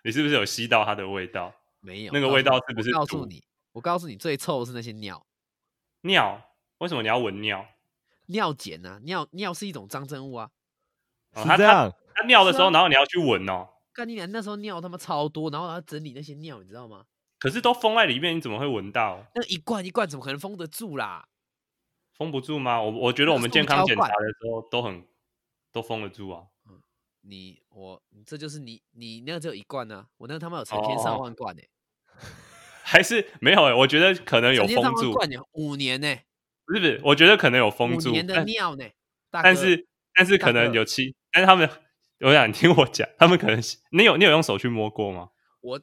你是不是有吸到它的味道？
没有
那个
告诉
味道
你
是不
我
是
告诉
毒
你，我告诉你，最臭的是那些尿
尿？为什么你要闻尿？
尿碱啊，尿尿是一种脏证物啊。
哦
是
他
这样。
他尿的时
是
候，
啊
然后你要去闻哦，
干你娘！那时候尿他妈超多，然后还要整理那些尿，你知道吗？
可是都封在里面，你怎么会闻到？
那一罐一罐怎么可能封得住啦？
封不住吗？我我觉得我们健康检查的时候都很都封得住啊。
你我这就是你你那个只有一罐呢、啊，我那个他妈有成千上
哦
万罐呢、
还是没有、欸，我觉得可能有
成千上
封
万
住，
罐呢、五年呢、
不是不是，我觉得可能有封
五
住，
年的
但
尿呢、大
但
哥
是但是
大
可能
哥
有七，但是他们，我想你听我讲，他们可能是你有你有用手去摸过吗？
我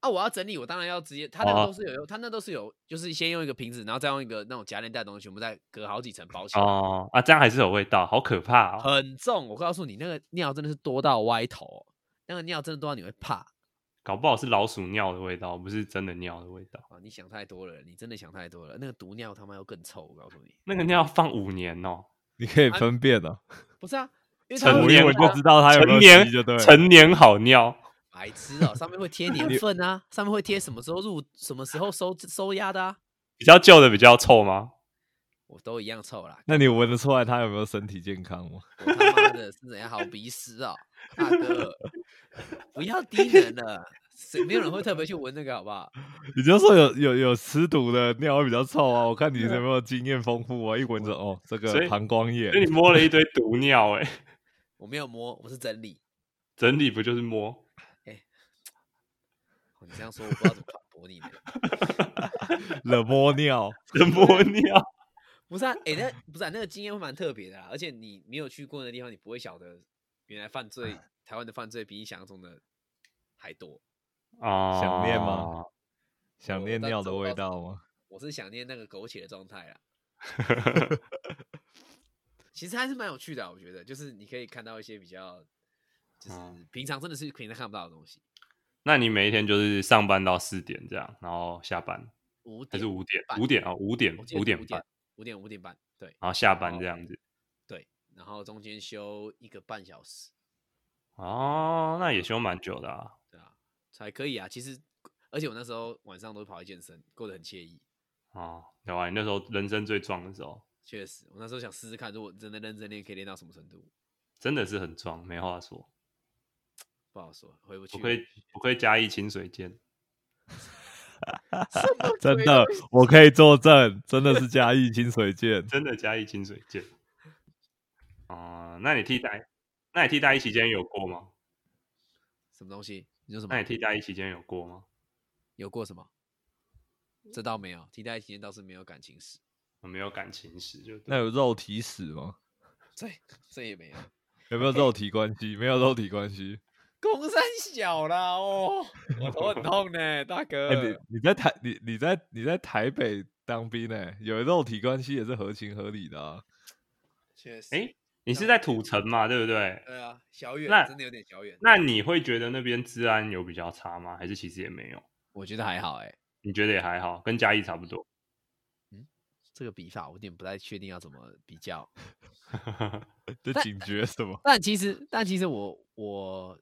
啊，我要整理，我当然要直接，他那个
哦
都是有用，他那都是有，就是先用一个瓶子，然后再用一个那种夹链袋的东西，全部再隔好几层包起来，
哦啊，这样还是有味道，好可怕哦！
很重。我告诉你，那个尿真的是多到歪头哦，那个尿真的多到你会怕
搞不好是老鼠尿的味道，不是真的尿的味道。
啊！你想太多了，你真的想太多了。那个毒尿他妈又更臭，我告诉你，
那个尿放五年哦，
你可以分辨啊，
不是啊，因为它
成
会
我
有
一
年
那
闻
个
就
啊
知道它有没
成
有
年
吸就对了。
成年好尿，
白痴哦，上面会贴年份啊，上面会贴什么时候入、什么时候收收押的啊，
比较旧的比较臭吗？
我都一样臭啦。
那你闻得出来它有没有身体健康吗？
我他妈的是怎样好鼻屎啊、大哥，不要低能了，谁没有人会特别去闻那个好不好？
你就说有有有吃毒的尿会比较臭啊，我看你有没有经验丰富啊，一闻着哦，这
所
个
以
膀胱炎
所以你摸了一堆毒尿、欸，哎，
我没有摸，我是整理。
整理不就是 摸？
哦你这样说，我不知道怎么反驳你呢。
冷摸尿，
人摸尿，
不是啊，哎、那不是啊，那个经验会蛮特别的啊，而且你没有去过的地方，你不会晓得原来犯罪，台湾的犯罪比你想象中的还多。
哦，
想念吗？想
我
念
但
尿
这
的
我倒
味
是
道 吗？
我是想念那个苟且的状态啦。其实还是蛮有趣的啊、我觉得，就是你可以看到一些比较，就是
嗯
平常真的是平常看不到的东西。
那你每一天就是上班到四点这样，然后下班
五点
还是五点？
半
五点啊，五点
我记得
五
是
点哦
五
半
点，五点五点半，对
然后下班这样子。
对，然后中间休一个半小时，
哦，那也休蛮久的啊。
对啊，才可以啊。其实，而且我那时候晚上都会跑去健身，过得很惬意。
哦，有啊，你那时候人生最壮的时候，
确实，我那时候想试试看，如果真的认真练，可以练到什么程度，
真的是很壮，没话说。
不好说，回不去
不
了。
愧不愧嘉义清水剑，
真的，我可以作证，真的是嘉义清 水剑。
真的嘉义清水剑。哦、那你替代，那你替代役期间有过吗？
什么东西？你说什
那
么
你？替代役期间有过吗？
有过什么？这倒没有，替代体验倒是没有感情史，
我没有感情史，就对
那有肉体史吗？
这这也没有。
有
哎
没有肉体关系？没有肉体关系。
公山小啦哦，我头很痛呢，大
呃
哥
哎、你你在台你你在你在台北当兵呢、有肉体关系也是合情合理的啊。
确实，
哎，你是在土城嘛，对不 对？
对啊，小远
那
真的有点小远。
那你会觉得那边治安有比较差吗？还是其实也没有？
我觉得还好哎、
你觉得也还好，跟嘉义差不多。
这个比法我有点不太确定要怎么比较。
这警觉什么？
但其实，但其实我我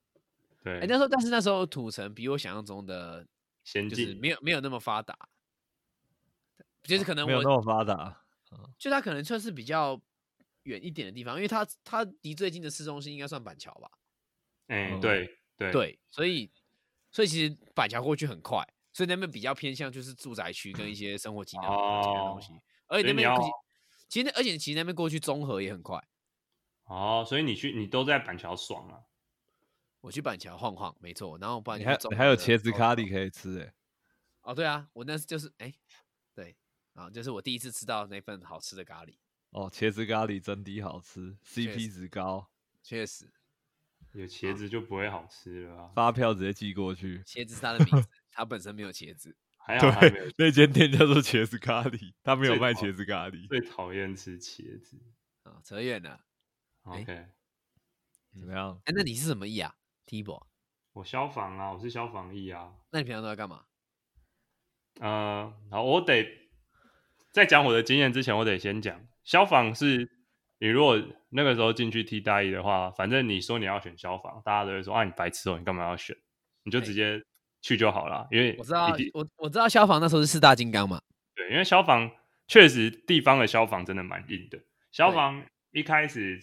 对，
哎、那时候，但是那时候土城比我想象中的，
先
就是
进
没有没有那么发达，就是可能
哦没有
我
那么发达。啊
就它可能算是比较远一点的地方，因为它它离最近的市中心应该算板桥吧？
哎、
嗯
对对，
对，所以所以其实板桥过去很快，所以那边比较偏向就是住宅区跟一些生活机能其他
哦
东西，而且
所以
那
你
边
要
可以其实那而且其实那边过去综合也很快，
哦，所以你去你都在板桥爽啊，
我去板桥晃晃，没错，然后不然
你
就
还
去综
你还有
合的
茄子
走
咖
走
喱可以吃哎、
哦，对啊，我那次就是哎、对啊，就是我第一次吃到那份好吃的咖喱，
哦，茄子咖喱真的好吃
确
，CP
实
值高，
确实，
有
嗯
茄子就不会好吃了 啊。
发票直接寄过去。
茄子是它的 名字，它本身没有茄子，
还好还没有
对，那间店叫做茄子咖喱，他没有
最
卖
讨
茄子咖喱。
最讨厌吃茄 子。
啊，扯远了。哎
OK，、
怎么样？
哎、那你是什么意啊，Tibo？
我消防啊，我是消防役啊。
那你平常都在干嘛？
呃，好，我得在讲我的经验之前，我得先讲消防是。你如果那个时候进去替大一的话，反正你说你要选消防，大家都会说啊，你白痴哦，你干嘛要选？你就
哎
直接去就好了，因为
我知道啊
一定，
我我知道消防那时候是四大金刚嘛，
对，因为消防确实地方的消防真的蛮硬的。消防一开始，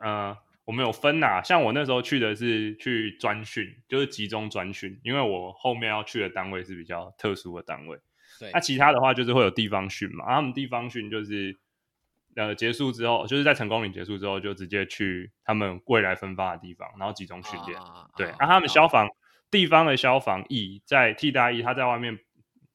呃，我我们有分呐、像我那时候去的是去专训，就是集中专训，因为我后面要去的单位是比较特殊的单位。
对
那、，其他的话就是会有地方训嘛，啊、他们地方训就是呃结束之后，就是在成功岭结束之后，就直接去他们未来分发的地方，然后集中训练。
啊
对，
啊
那、他们消防、地方的消防役在替代 E，役，他在外面，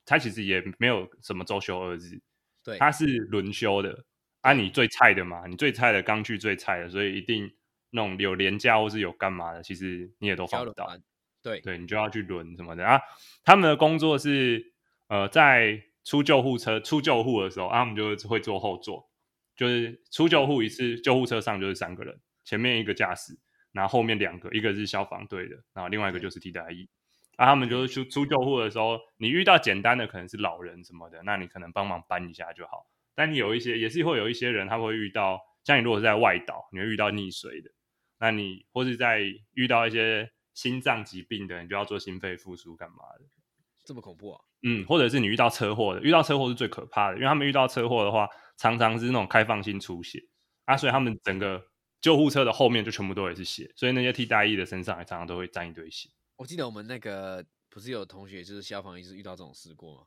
他其实也没有什么周休二日，
对，
他是轮休的。啊，你最菜的嘛，你最菜的刚去最菜的，所以一定那种有连假或是有干嘛的，其实你也都
交
放不
流
到。
班，对
对你就要去轮什么的啊。他们的工作是呃，在出救护车出救护的时候，啊、他们就会坐后座，就是出救护一次，救护车上就是三个人，前面一个驾驶，然后后面两个，一个是消防队的，然后另外一个
对
就是替代役。啊，他们就是出出救护的时候，你遇到简单的可能是老人什么的，那你可能帮忙搬一下就好。但你有一些也是会有一些人，他会遇到，像你如果是在外岛，你会遇到溺水的，那你或是在遇到一些心脏疾病的，你就要做心肺复苏干嘛的？
这么恐怖啊！
嗯，或者是你遇到车祸的，遇到车祸是最可怕的，因为他们遇到车祸的话，常常是那种开放性出血啊，所以他们整个救护车的后面就全部都也是血，所以那些替代役的身上也常常都会沾一堆血。
我记得我们那个不是有同学就是消防一直遇到这种事过吗？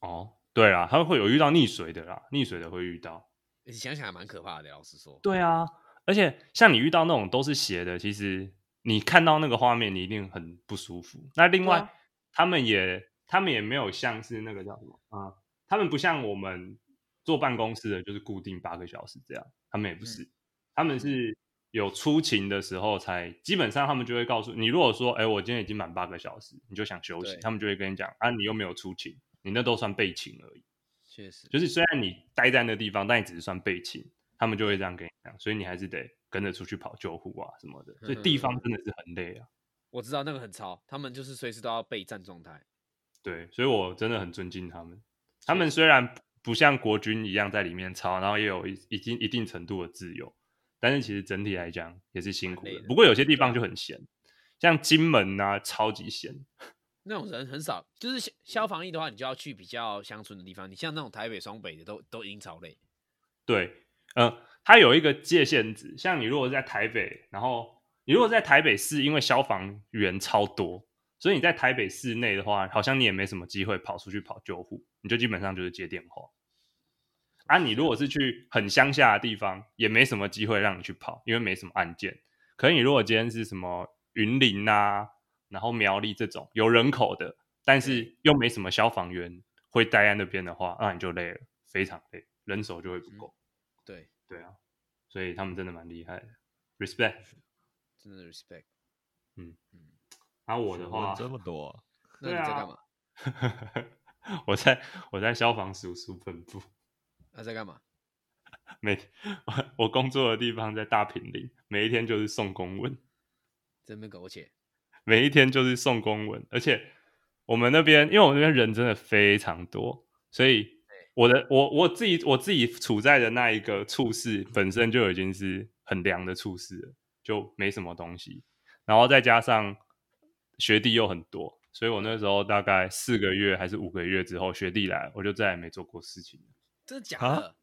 哦，对啦，他们会有遇到溺水的啦，溺水的会遇到。
你想想还蛮可怕的，老实说。
对啊，而且像你遇到那种都是斜的，其实你看到那个画面，你一定很不舒服。那另外，
对啊
他们也他们也没有像是那个叫什么啊、他们不像我们坐办公室的，就是固定八个小时这样，他
嗯
们也不是，他们是有出勤的时候才，基本上他们就会告诉你，如果说，哎、我今天已经满八个小时，你就想休息
对，
他们就会跟你讲，啊，你又没有出勤，你那都算备勤而已。
确实，
就是虽然你待在那个地方，但你只是算备勤，他们就会这样跟你讲，所以你还是得跟着出去跑救护啊什么的。
嗯
所以地方真的是很累啊，
我知道那个很超，他们就是随时都要备战状态。
对，所以我真的很尊敬他们。他们虽然不像国军一样在里面操，然后也有一一定一定程度的自由，但是其实整体来讲也是辛苦
蛮累
的。
的啊
不过有些地方就很闲，像金门啊，超级闲。
那种人很少，就是消消防役的话，你就要去比较乡村的地方。你像那种台北、双北的都都已经超累，
对，呃，它有一个界限值，像你如果在台北，然后你如果在台北市，因为消防员超多，所以你在台北市内的话，好像你也没什么机会跑出去跑救护，你就基本上就是接电话。啊，你如果是去很乡下的地方，也没什么机会让你去跑，因为没什么案件。可是你如果今天是什么云林啊，然后苗栗这种有人口的，但是又没什么消防员会待在那边的话，那你就累了，非常累，人手就会不够。
对，
对啊，所以他们真的蛮厉害的，respect。
真的 respect。
嗯
嗯
然后我的
学问
话，
这么多啊、
那你
对
在
啊
干嘛？
我在我在消防署署本部，
那、啊在干嘛？
每 我我工作的地方在大坪林，每一天就是送公文，
在那边苟且。
每一天就是送公文，而且我们那边因为我们那边人真的非常多，所以我的我我自己我自己处在的那一个处室本身就已经是很凉的处室了，就没什么东西，然后再加上学弟又很多，所以我那时候大概四个月还是五个月之后，学弟来，我就再也没做过事情了。
真的假
啊
的？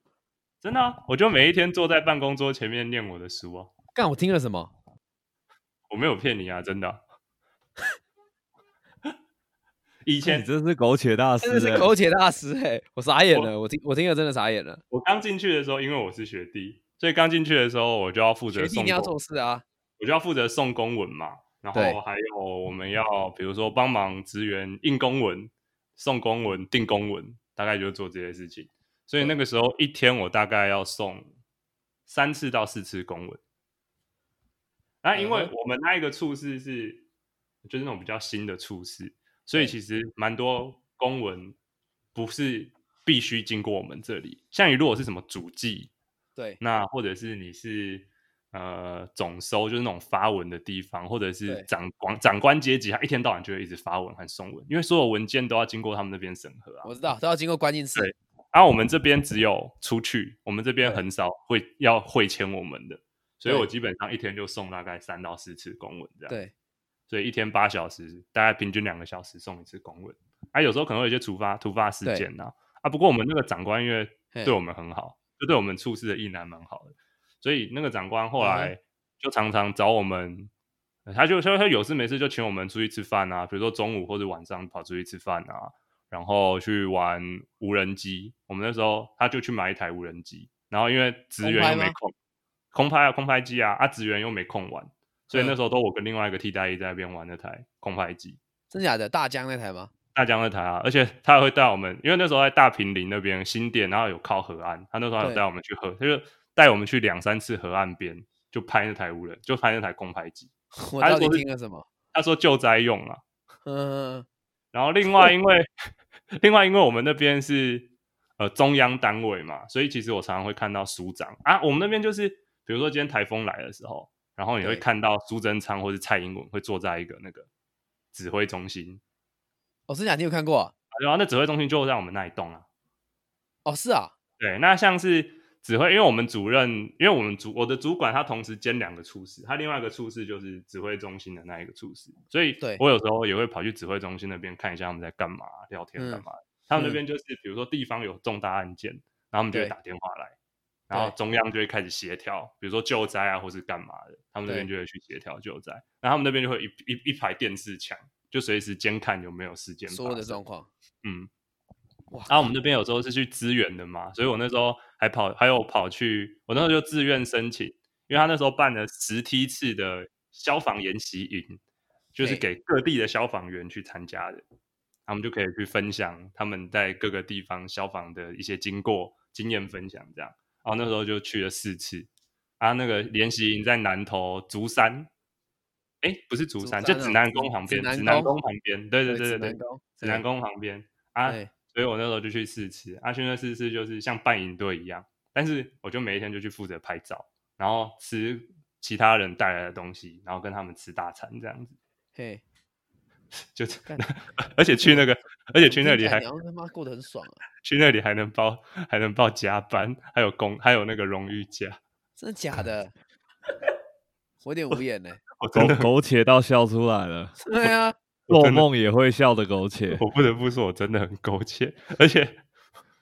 真的啊、我就每一天坐在办公桌前面念我的书啊，
干、我听了什么？
我没有骗你啊，真的啊、 以
那
前
哎你真是苟且大师、
真
欸，
的是苟且大师哎、我傻眼
我
了，我听我听了真的傻眼了。
我刚进去的时候，因为我是学弟，所以刚进去的时候我就要负责
学弟
送
你要
公，
做事啊，
我就要负责送公文嘛。然后
对
还有我们要比如说帮忙职员印公文、送公文、订公文，大概就做这些事情。所以那个时候一天我大概要送三次到四次公文。啊，因为
嗯哼
我们那一个处室是就是那种比较新的处室，所以
对
其实蛮多公文不是必须经过我们这里。像你如果是什么主计，
对
那或者是你是呃总收，就是那种发文的地方，或者是
对
长官长官阶级，他一天到晚就会一直发文和送文，因为所有文件都要经过他们那边审核啊。
我知道都要经过关键词。
对然后我们这边只有出去，我们这边
哦对
很少会要会签我们的，所以
对
我基本上一天就送大概三到四次公文这样。
对，
所以一天八小时，大概平均两个小时送一次公文。啊，有时候可能会有一些突发突发事
对
件呐、啊。不过我们那个长官因为
嘿
对我们很好，就对我们处事的意男蛮好的，所以那个长官后
嗯哼
来就常常找我们，呃他就他他有事没事就请我们出去吃饭啊，比如说中午或者晚上跑出去吃饭啊，然后去玩无人机。我们那时候他就去买一台无人机，然后因为职
空
员
拍
又没
吗
空，空拍啊空拍机啊，啊职员又没空玩，所以
嗯
那时候都我跟另外一个替代役在那边玩那台空拍机。
真假的大江那台 吗？
大江那台啊，而且他还会带我们，因为那时候在大平林那边新店，然后有靠河岸，他那时候还有
对
带我们去河，他就带我们去两三次河岸边，就拍那台无人，就拍那台空拍机。
我
他
到底
说是
听了什么？
他说救灾用啊，
嗯，
然后另外 因为另外因为我们那边是呃中央单位嘛，所以其实我常常会看到署长啊，我们那边就是比如说今天台风来的时候，然后你会
对
看到苏贞昌或是蔡英文会坐在一个那个指挥中心，
哦，真假你有看过啊？
然后那指挥中心就在我们那一栋啊。
哦，是啊，
对，那像是指挥，因为我们主任，因为我们主我的主管他同时兼两个处室，他另外一个处室就是指挥中心的那一个处室，所以
对
我有时候也会跑去指挥中心那边看一下他们在干嘛、聊天
嗯
干嘛。他们那边就是比如说地方有重大案件，然后他们就会
对
打电话来，然后
对
中央就会开始协调，比如说救灾啊或是干嘛的，他们那边就
对
会去协调救灾，然后他们那边就会有一一一排电视墙，就随时监看有没有事件
所有
发
的
生。
状况。
嗯，
哇
啊，我们那边有时候是去支援的嘛，所以我那时候还跑，还有跑去，我那时候就自愿申请，因为他那时候办了十梯次的消防研习营，就是
嘿
给各地的消防员去参加的，他们就可以去分享他们在各个地方消防的一些经过、经验分享这样。然后那时候就去了四次，啊，那个研习营在南投竹山。哎，不是竹
竹
山，
山
就
啊
指南
指
宫旁
指
边，
南
指南
宫
宫旁边，对对对对
指
对
南，宫，
指南宫旁边啊，
对
所以我那时候就去试吃。阿勋的试吃就是像办营队一样，但是我就每一天就去负责拍照，然后吃其他人带来的东西，然后跟他们吃大餐这样子。
嘿，
就这
干
而且去那个，而且去那
听起
里
来
还
你好像他妈过得很爽啊！
去那里还能包还能报加班，还有工还有那个荣誉假，
真的假 的？我有点无言呢。
我真
苟
的
苟且到笑出来了，
对啊，
做
真的
梦也会笑的 苟且。
我不得不说我真的很苟且，而且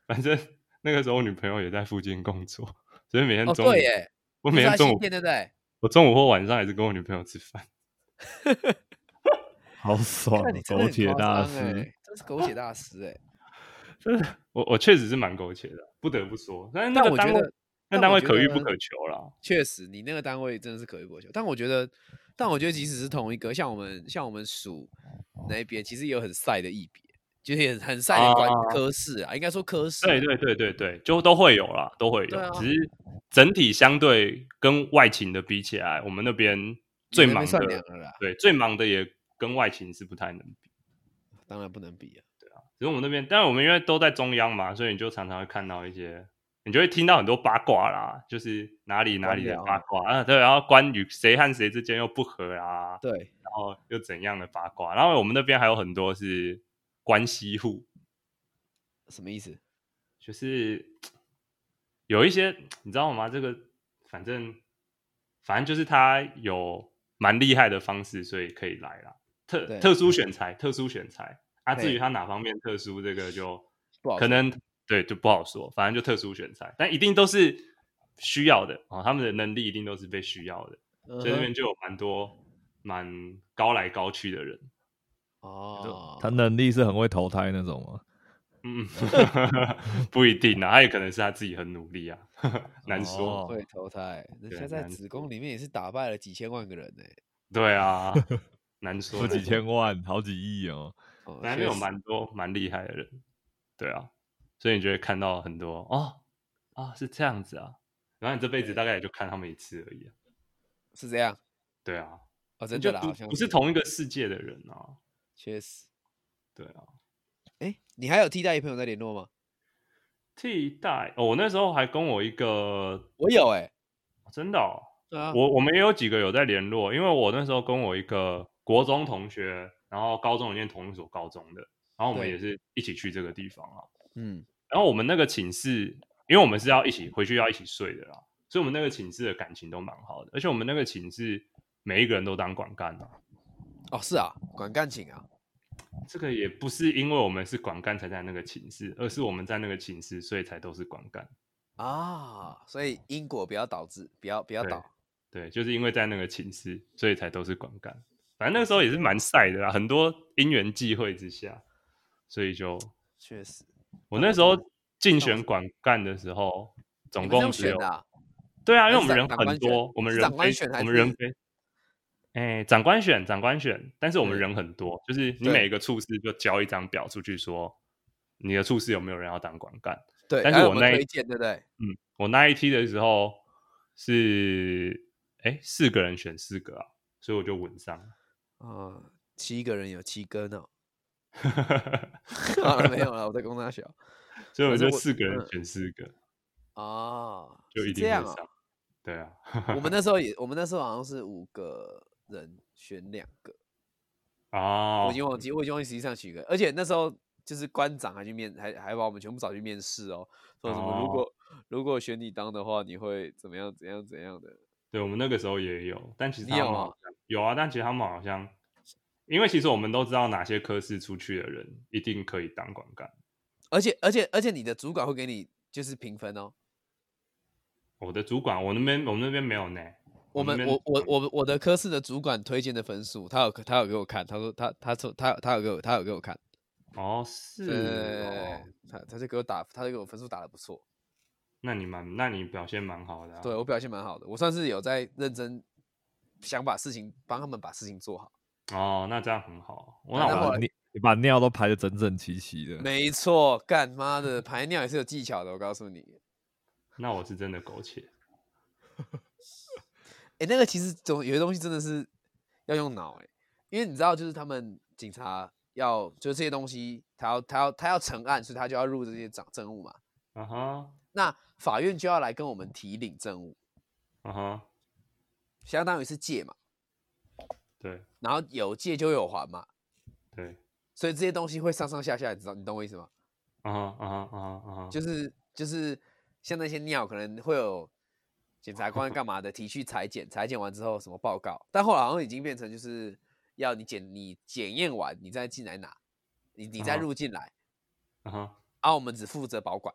反正那个时候我女朋友也在附近工作，所以每天
哦
中午、
对耶，
我
你
每
是
天
在
中
新
午
店对不对？
我中午或晚上还是跟我女朋友吃饭。
好
哦
爽哦
看你，真的
苟
很
且
夸
大
张欸
师。，
真是苟且大师哎！
我我确实是蛮苟且的，不得不说。但是那
但
个
我觉
单位
得，
那
但
单
我
位
觉
可遇
得
不可求啦。
确实，你那个单位真的是可遇不可求。但我觉得，但我觉得即使是同一个，像我们像我们属那一边，其实也有很晒的一别，就是也很晒的关
啊
科室啊，应该说科室。
对对对对对，就都会有啦，都会有。
对啊
只是整体相对跟外勤的比起来，我们那边最
那边
忙
算两
的，
个啦，
对最忙的也跟外勤是不太能比。
当然不能比啊。
只是我们那边，但我们因为都在中央嘛，所以你就常常会看到一些，你就会听到很多八卦啦，就是哪里哪里的
官僚
八卦啊，对，然后关于谁和谁之间又不和啊，
对，
然后又怎样的八卦？然后我们那边还有很多是关系户，
什么意思？
就是有一些你知道吗？这个反正反正就是他有蛮厉害的方式，所以可以来啦。特
对
特殊选材，特殊选材啊。
嘿
至于他哪方面特殊，这个就
不好
可
说
能对就不好说。反正就特殊选材，但一定都是需要的啊、哦他们的能力一定都是被需要的，所以那边
嗯
就有蛮多蛮高来高去的人。
哼哦，
他能力是很会投胎那种吗？
嗯，不一定啊，他也可能是他自己很努力啊， 难说。
哦
会投胎，人
对啊
家在
难
子宫里面也是打败了几千万个人呢。
对啊，难说。
有
难
几
说，
千万，好几亿哦。
哦
反
确
正有
实
蛮多蛮厉害的人。对啊，所以你就会看到很多哦啊是这样子啊，然后你这辈子大概也就看他们一次而已、啊。
是这样
对啊，
哦，真
你
的
就
啦，
不
好像
不是同一个世界的人啊。
确实。
对啊，
哎，你还有替代役朋友在联络吗？
替代哦，我那时候还跟我一个
我有哎，
真的、哦，
对啊，
我我们也有几个有在联络，因为我那时候跟我一个国中同学，然后高中也念同一所高中的，然后我们
对
也是一起去这个地方啊。
嗯，
然后我们那个寝室，因为我们是要一起回去要一起睡的啦，所以我们那个寝室的感情都蛮好的，而且我们那个寝室每一个人都当管干啊。
哦是啊，管干情啊，
这个也不是因为我们是管干才在那个寝室，而是我们在那个寝室，所以才都是管干。
啊，所以因果不要导致，不要不要
对
倒，
对，就是因为在那个寝室，所以才都是管干。反正那个时候也是蛮晒的啦，很多因缘际会之下，所以就
确实，
我那时候竞选管干的时候，总
你们这
共
样
只
选
有
的啊
对啊，因为我
还是
们人
长官
很
选
多，我们
是
人
长官
非
选还
我们人
是
非，哎，长官选，长官选，但是我们
嗯
人很多，就是你
对
每一个处室就交一张表出去说，你的处室有没有人要当管干？
对，
但
还
是
有
我
没有
那一
推荐，对不对？
嗯，我那一梯的时候是哎四个人选四个啊，所以我就稳上了。
啊，
哦
七个人有七 根哦。好
啊
了，没有了，我在公大小
所以我
可是
就
我
四个人
嗯
选四个，
啊，
就是一定
这样
会
啊
上。。对啊，
我们那时候也，我们那时候好像是五个人选两个，
哦，
我已经忘记，我已经忘记实际上几个，而且那时候就是官长还去面，还还把我们全部找去面试哦，说什么如
哦
果、如果选你当的话，你会怎么样怎样怎样的？
对我们那个时候也有，但其实
你
他们
有
好
啊
像有啊，但其实他们好像，因为其实我们都知道哪些科室出去的人一定可以当管干。
而且而且而且你的主管会给你就是评分哦。
我的主管，我那边我们那边没有呢。
我们
那边
我我我我的科室的主管推荐的分数，他有他有给我看，他说他他说他他有给我他有给我看，
哦是哦
对，，他他就给我打，他就给我分数打的不错，
那你蛮那你表现蛮好的、啊。
对我表现蛮好的，我算是有在认真想把事情帮他们把事情做好，
哦，那这样很好。我
那
那
然后
我
把
来
你你把尿都排的整整齐齐的，
没错，干妈的排尿也是有技巧的，我告诉你，
那我是真的苟且。
哎、那个其实总有些东西真的是要用脑哎、因为你知道，就是他们警察要就是这些东西，他要他要他要成案，所以他就要入这些证证物嘛。
啊哈
那法院就要来跟我们提领证物，
啊哈，
相当于是借嘛，
对
然后有借就有还嘛，
对
所以这些东西会上上下下，你知道你懂我意思吗？
啊哈啊哈啊哈啊哈，
就是就是像那些尿可能会有检察官干嘛的提去裁剪，裁剪完之后什么报告，但后来好像已经变成就是要你检你检验完你再进来拿，你你再
啊
入进来，
啊哈
啊我们只负责保管，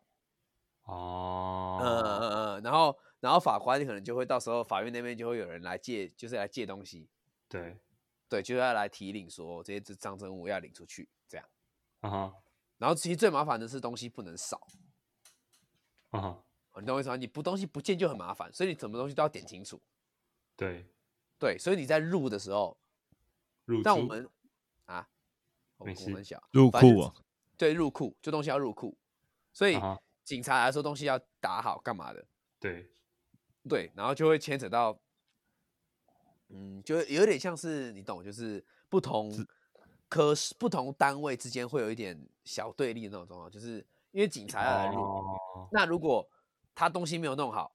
嗯嗯
哦，
嗯嗯，然后然后法官可能就会到时候法院那边就会有人来借，就是来借东西，
对
对，就要来提领说这些这赃证物要领出去这样。
啊哈
然后其实最麻烦的是东西不能少，
啊哈，
你懂我意思吗？你不东西不见就很麻烦，所以你什么东西都要点清楚。
对
对，所以你在入的时候，
入嗯
但我
住
们啊，我
没
们我
事哦
们小
入
反正
库
就
啊
是对，入库就东西要入库，所以
啊哈
警察来说东西要打好干嘛的，
对
对，然后就会牵扯到，嗯，就有点像是你懂，就是不同科室、不同单位之间会有一点小对立的那种状况，就是因为警察要来入，
哦
那如果他东西没有弄好，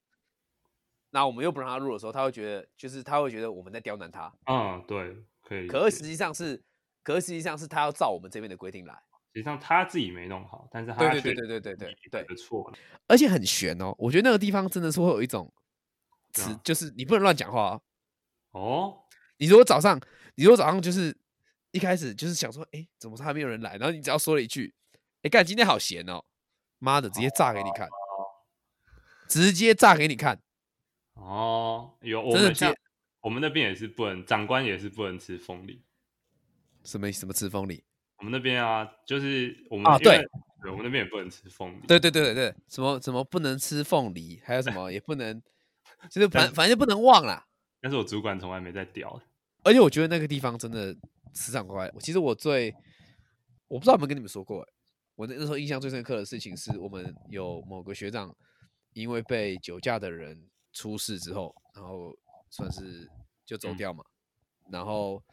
那我们又不让他入的时候，他会觉得就是他会觉得我们在刁难他，
嗯对可以理解，
可是实际上是，可是实际上是他要照我们这边的规定来，
实际上他自己没弄好，但是
对对
他
对
却
对对对
理
对
解的错，
而且很悬哦。我觉得那个地方真的是会有一种
对
词
啊，
就是你不能乱讲话、哦。
哦，
你如果早上，你如果早上就是一开始就是想说，哎，怎么还没有人来？然后你只要说了一句，哎，干今天好闲哦，妈的，直接炸给你看，直接炸给你看，
哦，有我
真的
们像
接
我们那边也是不能，长官也是不能吃凤梨。
什么什么吃风里？
我们那边啊，就是我们
啊
因为
对
对，我们那边也不能吃凤梨。
对对对对对，什么什么不能吃凤梨，还有什么也不能， 就是
但
反反正就不能忘啦。
但是我主管从来没在屌欸的。
而且我觉得那个地方真的磁场怪。其实我最我不知道有没有跟你们说过欸、我那那时候印象最深刻的事情是我们有某个学长因为被酒驾的人出事之后，然后算是就走
嗯
掉嘛，然后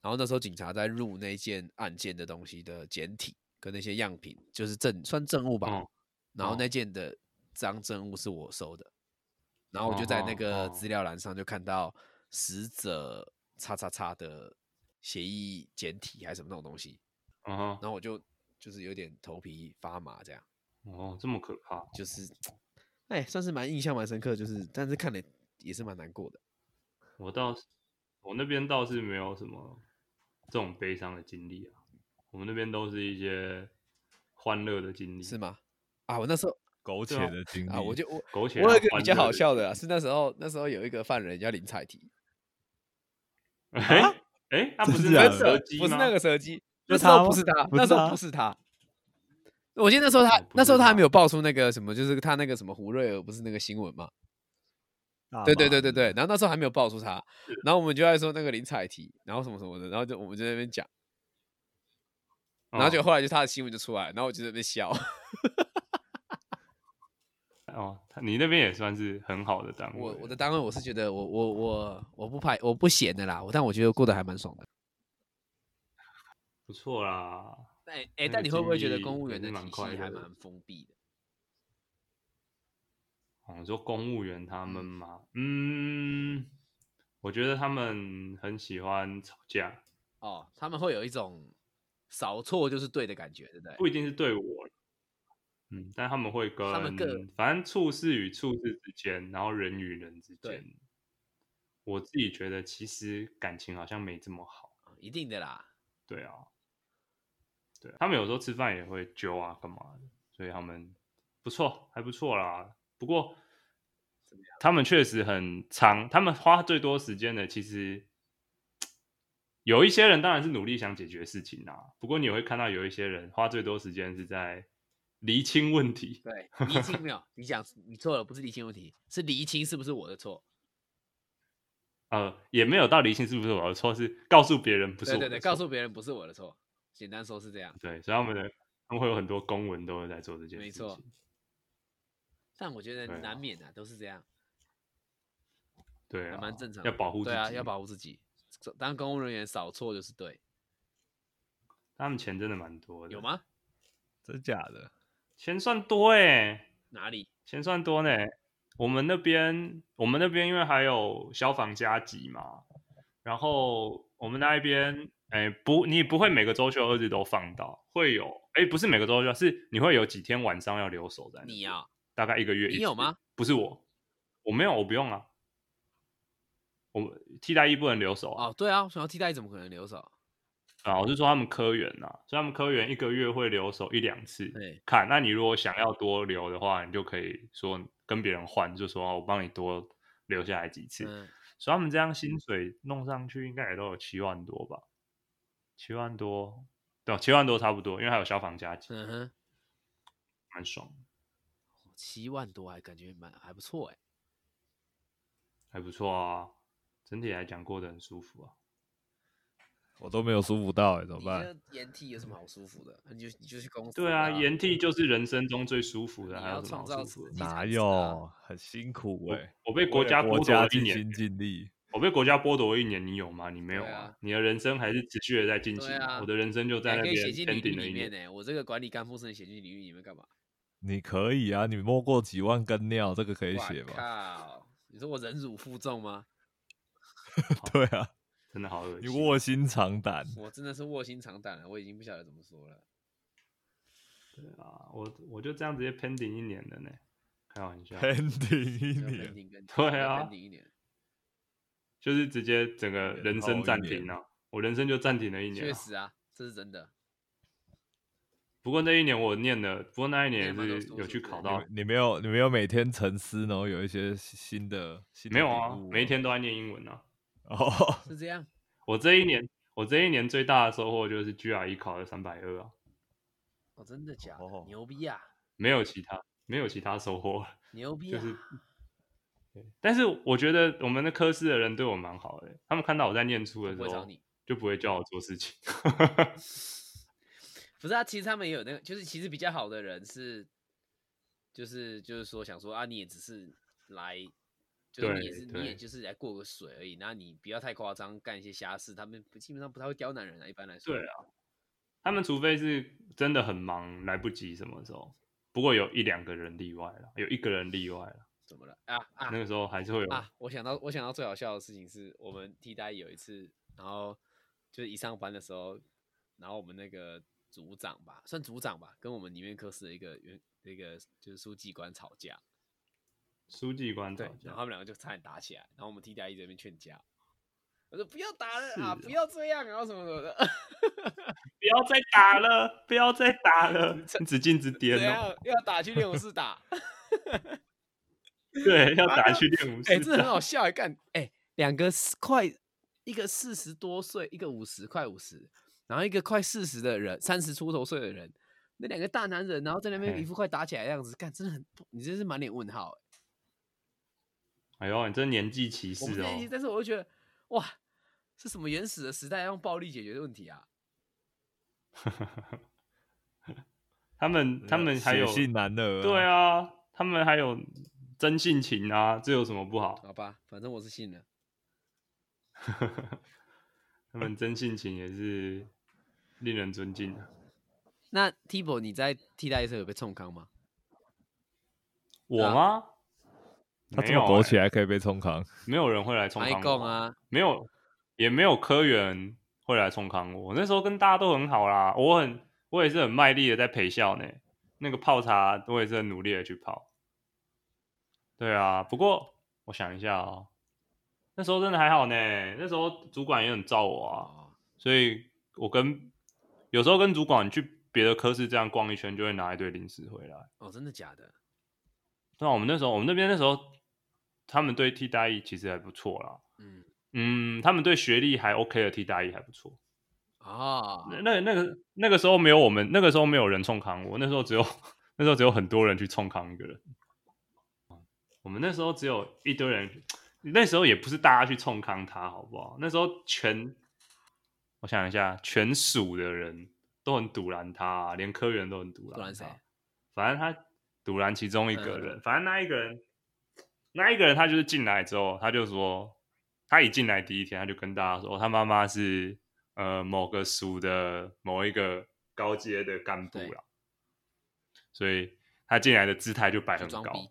然后那时候警察在入那件案件的东西的简体跟那些样品，就是证算证物吧，
嗯
然后
哦
那件的赃证物是我收的，然后我就在那
哦
个
哦
资料栏上就看到死者叉叉叉的协议简体还是什么那种东西，
嗯哼，
然后我就就是有点头皮发麻，这样
哦，这么可怕。
就是哎算是蛮印象蛮深刻，就是但是看了也是蛮难过的。
我倒是，我那边倒是没有什么这种悲伤的经历啊。我们那边都是一些欢乐的经历。
是吗？啊，我那时候
苟且
啊
的经历
啊，我就我
苟且
我有
啊
一个比
欢
较
乐
好
的
笑的啊，是那时候那时候有一个犯人叫林采缇，
哎 哎，他不是
真
那
的假
个
的
蛇姬
啊不是
吗
那个蛇姬，
就
那时
他
候
吗
不是他，
不
那
是
时候
他
不是他。我记得那时候他
哦不
那时候
是
他还
他
没有爆出那个什么，就是他那个什么胡瑞尔不是那个新闻嘛？
大
对对
麻
对对对。然后那时候还没有爆出他，然后我们就在说那个林采缇，然后什么什么的，然后就我们就在那边讲，然后
哦
就后来就他的新闻就出来，然后我就在那边 笑。
哦，他你那边也算是很好的单位。
我我的单位我是觉得我我我我不排我不闲的啦，我但我觉得过得还蛮爽的。
不错啦，
但哎、
那
但
个
你会不会觉
经
得
历
公务
也
员
是
的
蛮
体系
快
还
乐的
蛮封闭的？
哦，你说公务员他们嘛，嗯，我觉得他们很喜欢吵架，
哦，他们会有一种少错就是对的感觉，对不对？
不一定是对我，嗯，但他们会跟
他们各
反正处事与处事之间，然后人与人之
对
间，我自己觉得其实感情好像没这么好。
一定的啦。
对啊，对啊他们有时候吃饭也会揪啊，干嘛的，所以他们不错，还不错啦。不过他们确实很长，他们花最多时间的其实。有一些人当然是努力想解决事情啊，不过你也会看到有一些人花最多时间是在厘清问题，
对，厘清没有？你讲你错了，不是厘清问题，是厘清是不是我的错？
呃，也没有到厘清是不是我的错，是告诉别人不是
对
我
对
的
对，
错
告诉别人不是我的错，简单说是这样。
对，所以他们的他们会有很多公文都会在做这件事
没
情，
错但我觉得
对啊
难免啊，都是这样，
对、
还
啊，
蛮正常的。
要保护自
对
己，
啊，要保护自己。当公务人员少错就是对，
他们钱真的蛮多的，
有？吗？
真假的？
钱算多哎、
哪里？
钱算多呢、我们那边，我们那边因为还有消防加急嘛，然后我们那一边，哎、不，你不会每个周休二日都放到，会有，哎、不是每个周休，是你会有几天晚上要留守在那
你
边
啊，
大概一个月一
你
次
有吗？
不是我，我没有，我不用啊。我替代役不能留守啊，
哦，对啊，想要替代役怎么可能留守？
啊，我是说他们科员呐、所以他们科员一个月会留守一两次
对，
看。那你如果想要多留的话，你就可以说跟别人换，就说我帮你多留下来几次。
嗯，
所以他们这样薪水弄上去，应该也都有七万多吧？七万多，对，啊七万多差不多，因为还有消防加急，
嗯哼，
蛮爽，
七万多还感觉蛮还不错哎。
还不错啊。整体来讲过得很舒服啊。
我都没有舒服到哎、怎么
你
办？
这延替有什么好舒服的？你就你就去公司。
对啊，炎帝就是人生中最舒服的，
你
还有
要
什么
创
好
造
舒服
自
的
己？
哪
才知
有
道？
很辛苦
我
哎、
我被啊国家
为了
剥
国
夺
家
了一
尽
年
心，尽力，
我被国家剥夺了一年，你有吗？你没有
对
啊
啊，
你的人生还是持续的在进行
对啊
我的人生就
你还
在那
可以
边
写进履历
ending 了
里
一
面
年。
呢、我这个管理干部是你写进履历里面干嘛？
你可以啊，你摸过几万根尿，这个可以
哇
写吗？
靠！你说我忍辱负重吗？
对啊，
真的好恶
你
心。
卧薪尝胆，
我真的是卧薪尝胆了，我已经不晓得怎么说了。
对啊，我我就这样直接 pending 一年了呢，开玩笑，
pending 一
要
年，
pending 跟
对
要
啊
pending 一年，
就是直接整个人生暂停了、我人生就暂停了一年、
确
啊。
实啊，这是真的。
不过那一年我念的，不过那一年
念蛮多
也是
书
有去
是不是
考
你
到
没，你没有你没有每天沉思，然后有一些新的新的
没有啊
领悟，
每一天都在念英文啊。
哦，
是这样，
我这一年，我这一年最大的收获就是 GRE 考了三百二啊，
哦，真的假的？
哦
牛逼啊！
没有其他，没有其他收获了。
牛逼
就
啊！
是但是我觉得我们的科室的人对我蛮好的，欸他们看到我在念书的
不会
时
找
候
你，
就不会叫我做事情。
不是啊，其实他们也有那个，就是其实比较好的人是，就是就是说想说啊，你也只是来，就是你也
对
是你也
对
就是来过个水而已，那你不要太夸张，干一些瞎事，他们不基本上不太会刁难人啊，一般来说。
对他们除非是真的很忙，来不及什么时候。不过有一两个人例外了，有一个人例外了。
怎么了啊啊
那个时候还是会有，
啊！我想到我想到最好笑的事情是我们替代有一次，然后就是一上班的时候，然后我们那个组长吧，算组长吧，跟我们里面科室的一个员那个就是书记官吵架，
书记官吵
对，
嗯架
然后他们两个就差点打起来，然后我们替代一直在那边劝架，我说不要打了啊，
是
不要这样，然后什么什么的，
不要再打了，不要再打 了，你只进只颠
怎
哦，
样啊要打去练武室打，
对，要打去练武
哎、真
士
的很
打，
好笑哎、干哎、两个四快，一个四十多岁，一个五十快五十，然后一个快四十的人，三十出头岁的人，那两个大男人，然后在那边
嘿
一副快打起来的样子，干真的很，你真是满脸问号哎、
哎呦，你这年纪歧
我不
视
介意
哦，
但是我就觉得哇，是什么原始的时代要用暴力解决的问题啊？
他
啊
们他们还有
血性男儿、
对，啊，他们还有真性情啊，这有什么不好？
好吧，反正我是信了。
他们真性情也是令人尊敬啊的。
那 Tibo 你在替代的时候有被冲康吗？
我吗？
他
没
这
有
么躲
欸
起来可以被冲康，
没有人会来冲
爱
康
共
我，
啊，
没有，也没有科员会来冲康我。我那时候跟大家都很好啦，我很我也是很卖力的在陪笑呢。那个泡茶我也是很努力的去泡。对啊，不过我想一下哦，那时候真的还好呢。那时候主管也很罩我啊，
哦，
所以我跟有时候跟主管去别的科室这样逛一圈，就会拿一堆零食回来。
哦，真的假的？
对啊，我们那时候我们那边那时候他们对替代役其实还不错啦。
嗯，
嗯，他们对学历还 OK 的替代役还不错。
哦，
那那那个那个时候没有我们，那个时候没有人冲康我，那时候只有 那时候只有很多人去冲康一个人。我们那时候只有一堆人，那时候也不是大家去冲康他，好不好？那时候全，我想一下，全属的人都很堵拦他，啊连科员都很堵拦
堵
他。啊
拦谁
反正他堵拦其中一个
嗯
人，反正那一个人，那一个人他就是进来之后，他就说，他一进来第一天，他就跟大家说，哦他妈妈是呃某个属的某一个高阶的干部
对
啦，所以他进来的姿态就摆
就
很
装
高
逼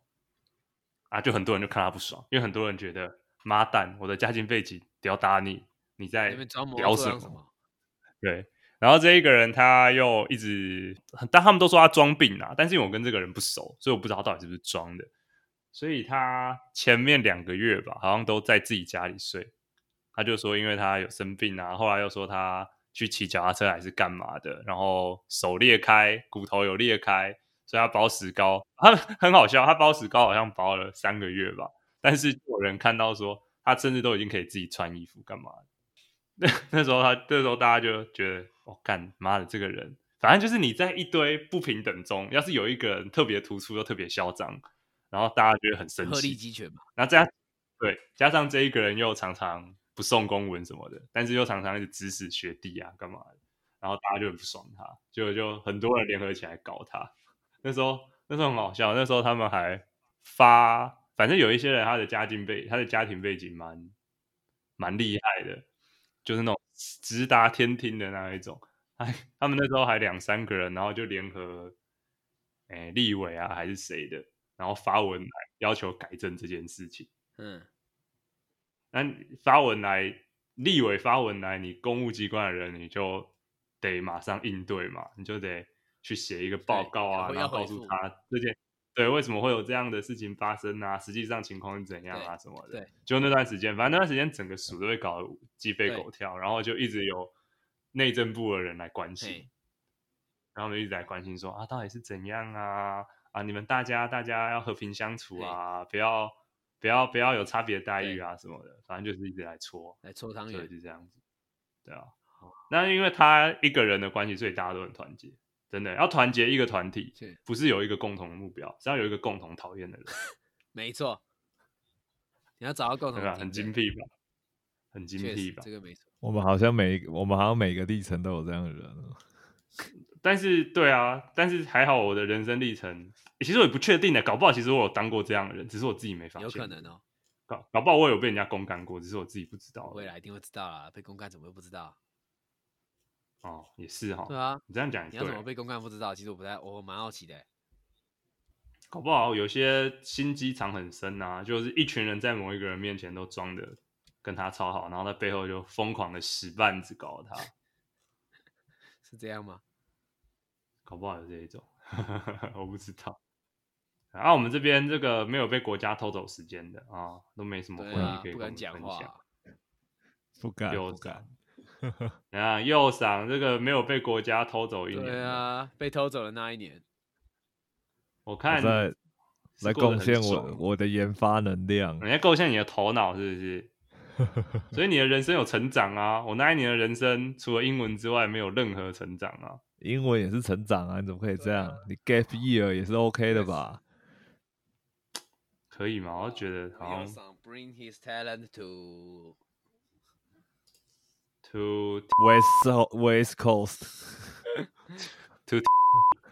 啊，就很多人就看他不爽，因为很多人觉得妈蛋，我的家境背景屌打你，你在
那边装模
聊
作
什
样
么？
什么？
对，然后这一个人他又一直，但他们都说他装病啊，但是因为我跟这个人不熟，所以我不知道他到底是不是装的。所以他前面两个月吧，好像都在自己家里睡。他就说，因为他有生病啊，后来又说他去骑脚踏车还是干嘛的，然后手裂开，骨头有裂开，所以他包石膏。他很好笑，他包石膏好像包了三个月吧，但是就有人看到说，他甚至都已经可以自己穿衣服干嘛的。 那那时候他，那时候大家就觉得，我、哦、干妈的这个人，反正就是你在一堆不平等中，要是有一个人特别突出又特别嚣张，然后大家就会很生
鹤立
气。
鸡群嘛，
然后加对加上这一个人又常常不送公文什么的，但是又常常一直指使学弟啊干嘛的，然后大家就很不爽他，就就很多人联合起来搞他。那时候那时候很好笑，那时候他们还发，反正有一些人他的家境背他的家庭背景蛮蛮厉害的，就是那种直达天听的那一种。哎，他们那时候还两三个人，然后就联合，哎，立委啊还是谁的，然后发文来要求改正这件事情。
嗯，
那你发文来，立委发文来，你公务机关的人你就得马上应对嘛，你就得去写一个报告啊，
对
然
要
后
回要
告诉
回复
他这件对为什么会有这样的事情发生啊，实际上情况是怎样啊什么的。
对，
就那段时间，反正那段时间整个署都会搞得鸡飞
对
狗跳，然后就一直有内政部的人来关心
嘿。
然后我们一直在关心说啊，到底是怎样啊？啊，你们大家大家要和平相处啊，不要不要不要有差别待遇啊什么的，反正就是一直来搓，
来搓汤
所以
圆，
是这样子，对啊。
哦
那因为他一个人的关系，所以大家都很团结，真的要团结一个团体
是，
不是有一个共同的目标，是要有一个共同讨厌的人，
没错。你要找到共同
对
的
吧？
敌
很
人
精，辟吧，很精
确
辟
实
吧
这。个没错。
我们好像每我们好像每个历程都有这样的人哦，
但是对啊，但是还好我的人生历程，其实我也不确定的，搞不好其实我有当过这样的人，只是我自己没发
有
现，
可能哦，
搞搞不好我有被人家公干过，只是我自己不知道而
未
已。
来一定会知道啦。被公干怎么会不知道？
哦，也是哈。
对啊，
你这样讲也
你要怎么
对。
被公干不知道？其实我不太，我蛮好奇的欸。
搞不好有些心机藏很深啊，就是一群人在某一个人面前都装的跟他超好，然后他背后就疯狂的使绊子搞他，
是这样吗？
搞不好有这一种， 我不知道。然、啊、后我们这边这个没有被国家偷走时间的啊，都没什么
对
回忆
啊
可以，
不
跟
敢
我们
讲
分
话
享。
啊。
不敢
右
不敢。
啊，右赏这个没有被国家偷走一年，
对，啊，被偷走的那一年，
我
我
看
在
是
来
过得
贡
很
献
爽啊
我我的研发能量。
人家构陷你的头脑是不是？所以你的人生有成长啊！我那一年的人生，除了英文之外，没有任何成长啊！
英文也是成长啊，你怎么可以这样？你 gap year 也是 OK 的吧？
可以吗？我觉
哦
得好像
bring his talent to
to
West West Coast
To-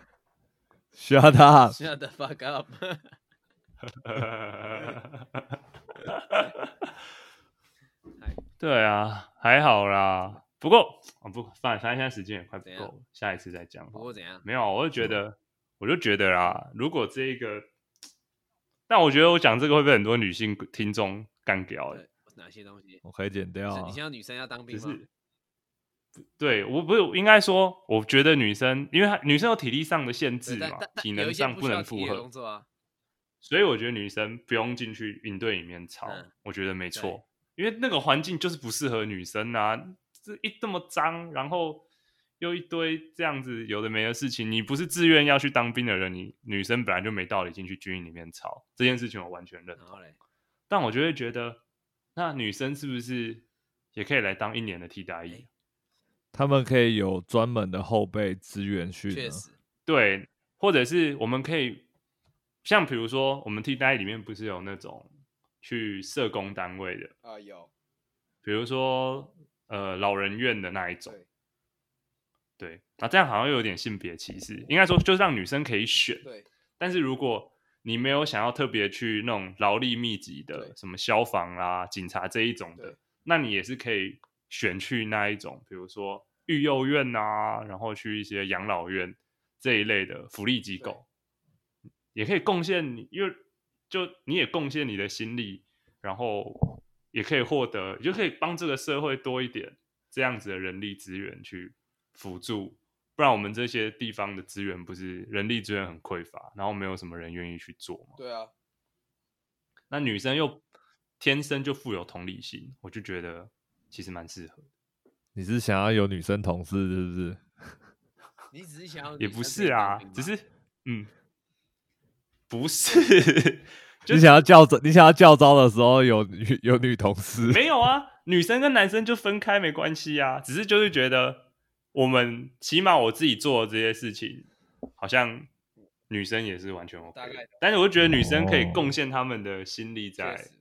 shut up，
shut the fuck up
对啊，还好啦。不过啊，不，反反正现在时间也快不
怎样
够了，下一次再讲好了。
不过嗯怎样？
没有，我就觉得，我就觉得啦，如果这一个，但我觉得我讲这个会被很多女性听众干掉、欸
对。哪些东西？
我可以剪掉
是
啊
你。现在女生要当兵
哦只
吗？
是，对我不是应该说，我觉得女生，因为她女生有体力上的限制
对但
嘛
但，但
体
有
能
一些
上
需要
能
体
负
力的
荷
工，作啊，
所以我觉得女生不用进去营队里面吵，
嗯
我觉得没
对
错，因为那个环境就是不适合女生啊，这一这么脏，然后又一堆这样子有的没的事情，你不是自愿要去当兵的人，你女生本来就没道理进去军营里面吵这件事情，我完全认
然
同。
后嘞，
但我就会觉得，那女生是不是也可以来当一年的替代
哎
役？啊
他们可以有专门的后备资源训
确
啊，
实，
对，或者是我们可以像比如说，我们替代役里面不是有那种去社工单位的，
啊，有
比如说呃老人院的那一种
对。
对，那、这样好像又有点性别歧视。应该说，就是让女生可以选。
对
但是如果你没有想要特别去那种劳力密集的
对，
什么消防啦、警察这一种的
对，
那你也是可以选去那一种，比如说育幼院啊，然后去一些养老院这一类的福利机构，也可以贡献你，因为就你也贡献你的心力，然后也可以获得，你就可以帮这个社会多一点这样子的人力资源去辅助。不然我们这些地方的资源不是人力资源很匮乏，然后没有什么人愿意去做嘛。
对啊，
那女生又天生就富有同理心，我就觉得其实蛮适合。
你是想要有女生同事是不是？
你只是想要
也
女生
不
可以
是
当
啊
兵，吧
只是嗯，不是， 就
你想要教招，你想要教招的时候有女有女同事，
没有啊，女生跟男生就分开没关系啊，只是就是觉得我们起码我自己做的这些事情，好像女生也是完全 OK，
大概
的但是我就觉得女生可以
哦
贡献她们的心力
确
在
实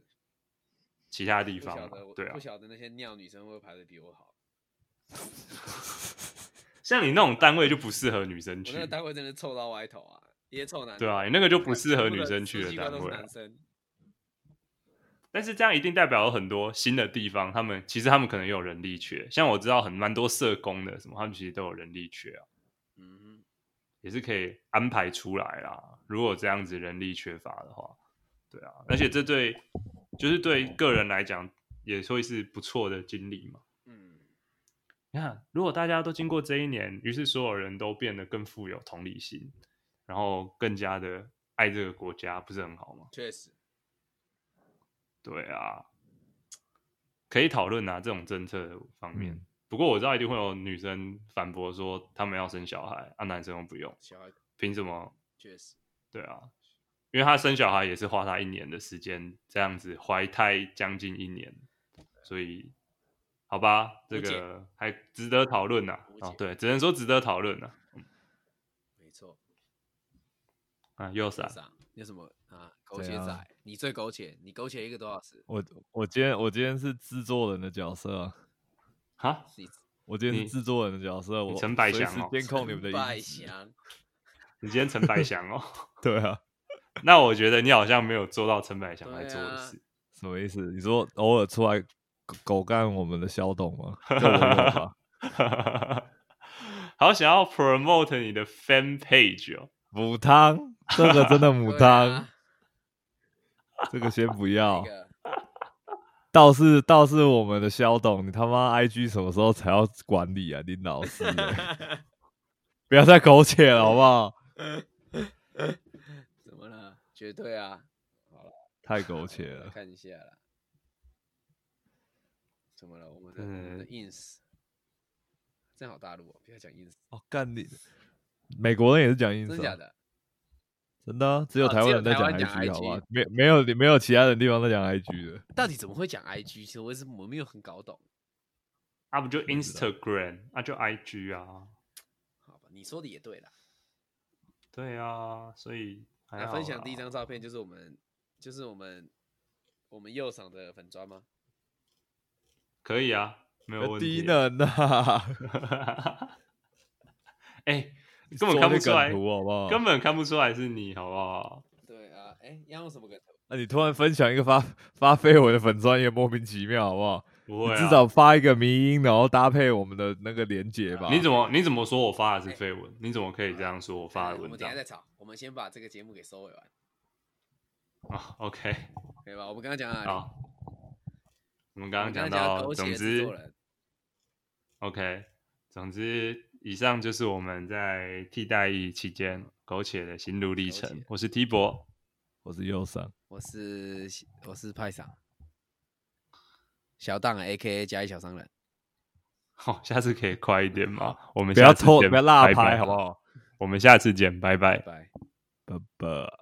其他地
不
方
晓
嘛
得我，
对啊
不，晓得那些尿女生会不会排的比我好。
像你那种单位就不适合女生
我
去
那，个单位真的臭到歪头啊，一些臭男的。
对啊，你那个就不适合
全部
女
的
生去
司
的
机官
单
都是
位啊
男。生，
但是这样一定代表有很多新的地方，他们其实他们可能也有人力缺，像我知道很蛮多社工的什么，他们其实都有人力缺啊，
嗯
也是可以安排出来啦。如果这样子人力缺乏的话，对啊，而且这对就是对个人来讲也会是不错的经历嘛。
嗯，
你看，如果大家都经过这一年，于是所有人都变得更富有同理心，然后更加的爱这个国家，不是很好吗？
确实，
对啊，可以讨论啊这种政策方面。
嗯
不过我知道一定会有女生反驳说，他们要生小孩，啊，男生又不用，
小孩
凭什么？
确实
对啊，因为他生小孩也是花他一年的时间，这样子怀胎将近一年，所以好吧，这
无解
个还值得讨论呐、
无
哦
解，
对，只能说值得讨论呐、
没错。
啊。啊，又是啊，
啥？有什么啊？苟且
怎样
仔，你最苟且，你苟且一个多小时，
我我今天我今天是制作人的角色、啊，
哈，
你
我今天
你
是制作人的角色，我
陈百
随
祥
时
哦
监控你们的
拜
音质。
祥，
你今天陈百祥哦，
对啊，
那我觉得你好像没有做到陈百祥来
对
做的
啊
事。
什么意思？你说偶尔出来狗狗干我们的肖董吗？这我有 吧
好想要 promote 你的 fan page 哦，
母汤，这个真的母
对
汤，
啊
这个先不要
那。个
倒是倒是我们的肖董，你他妈 IG 什么时候才要管理啊？你老师欸、 不要再苟且了好不好？
怎么了？绝对啊，
啊
太苟且了。
看一下啦。怎么了？我们
呃
的我们的 ins 正好大陆哦，不要讲
啊
ins，
哦，干你！美国人也是讲英
真
语，
的假的？
真的啊、只有
哦
台湾
只有
人在
台
讲
湾讲
IG，好
IG
吧？没没有没有其他的地方在讲 IG 的。
到底怎么会讲 IG？其实我也是我没有很搞懂。
啊不就
不知道
Instagram，啊就 IG 啊，
好吧，你说的也对啦。
对啊，所以还
来
好
分享
啦
第一张照片，就是我们就是我们我们右上的粉砖吗？
可以啊，没有问
低
题。
能啊，
哎，根本看不出来
做那梗，图好不好？
根本看不出来是你，好不好？
对啊，哎，要用什么梗头？
那、你突然分享一个发发绯闻的粉专也莫名其妙，好不好？
不会
你
啊，
至少发一个迷音，然后搭配我们的那个连接吧。
你怎么你怎么说我发的是绯闻？你怎么可以这样说我发
哎
的
我
文
们等一
章
下再吵，我们先把这个节目给收尾完，
啊？OK，
可以吧？我们刚刚讲啊，
好，我们
我
刚
们
讲
刚讲
到，
苟
总
且
之
制作人，
OK，总之，以上就是我们在替代役期间苟且的心路历
苟
程
且。
我是 T 博，
我是右上，
我是我是派上小档 A K A 加一小商人，
好、下次可以快一点吗？我们
不要
下次
偷，
见
不要落
拜拜
拍，好不好？
我们下次见，拜拜
拜。拜。
拜拜。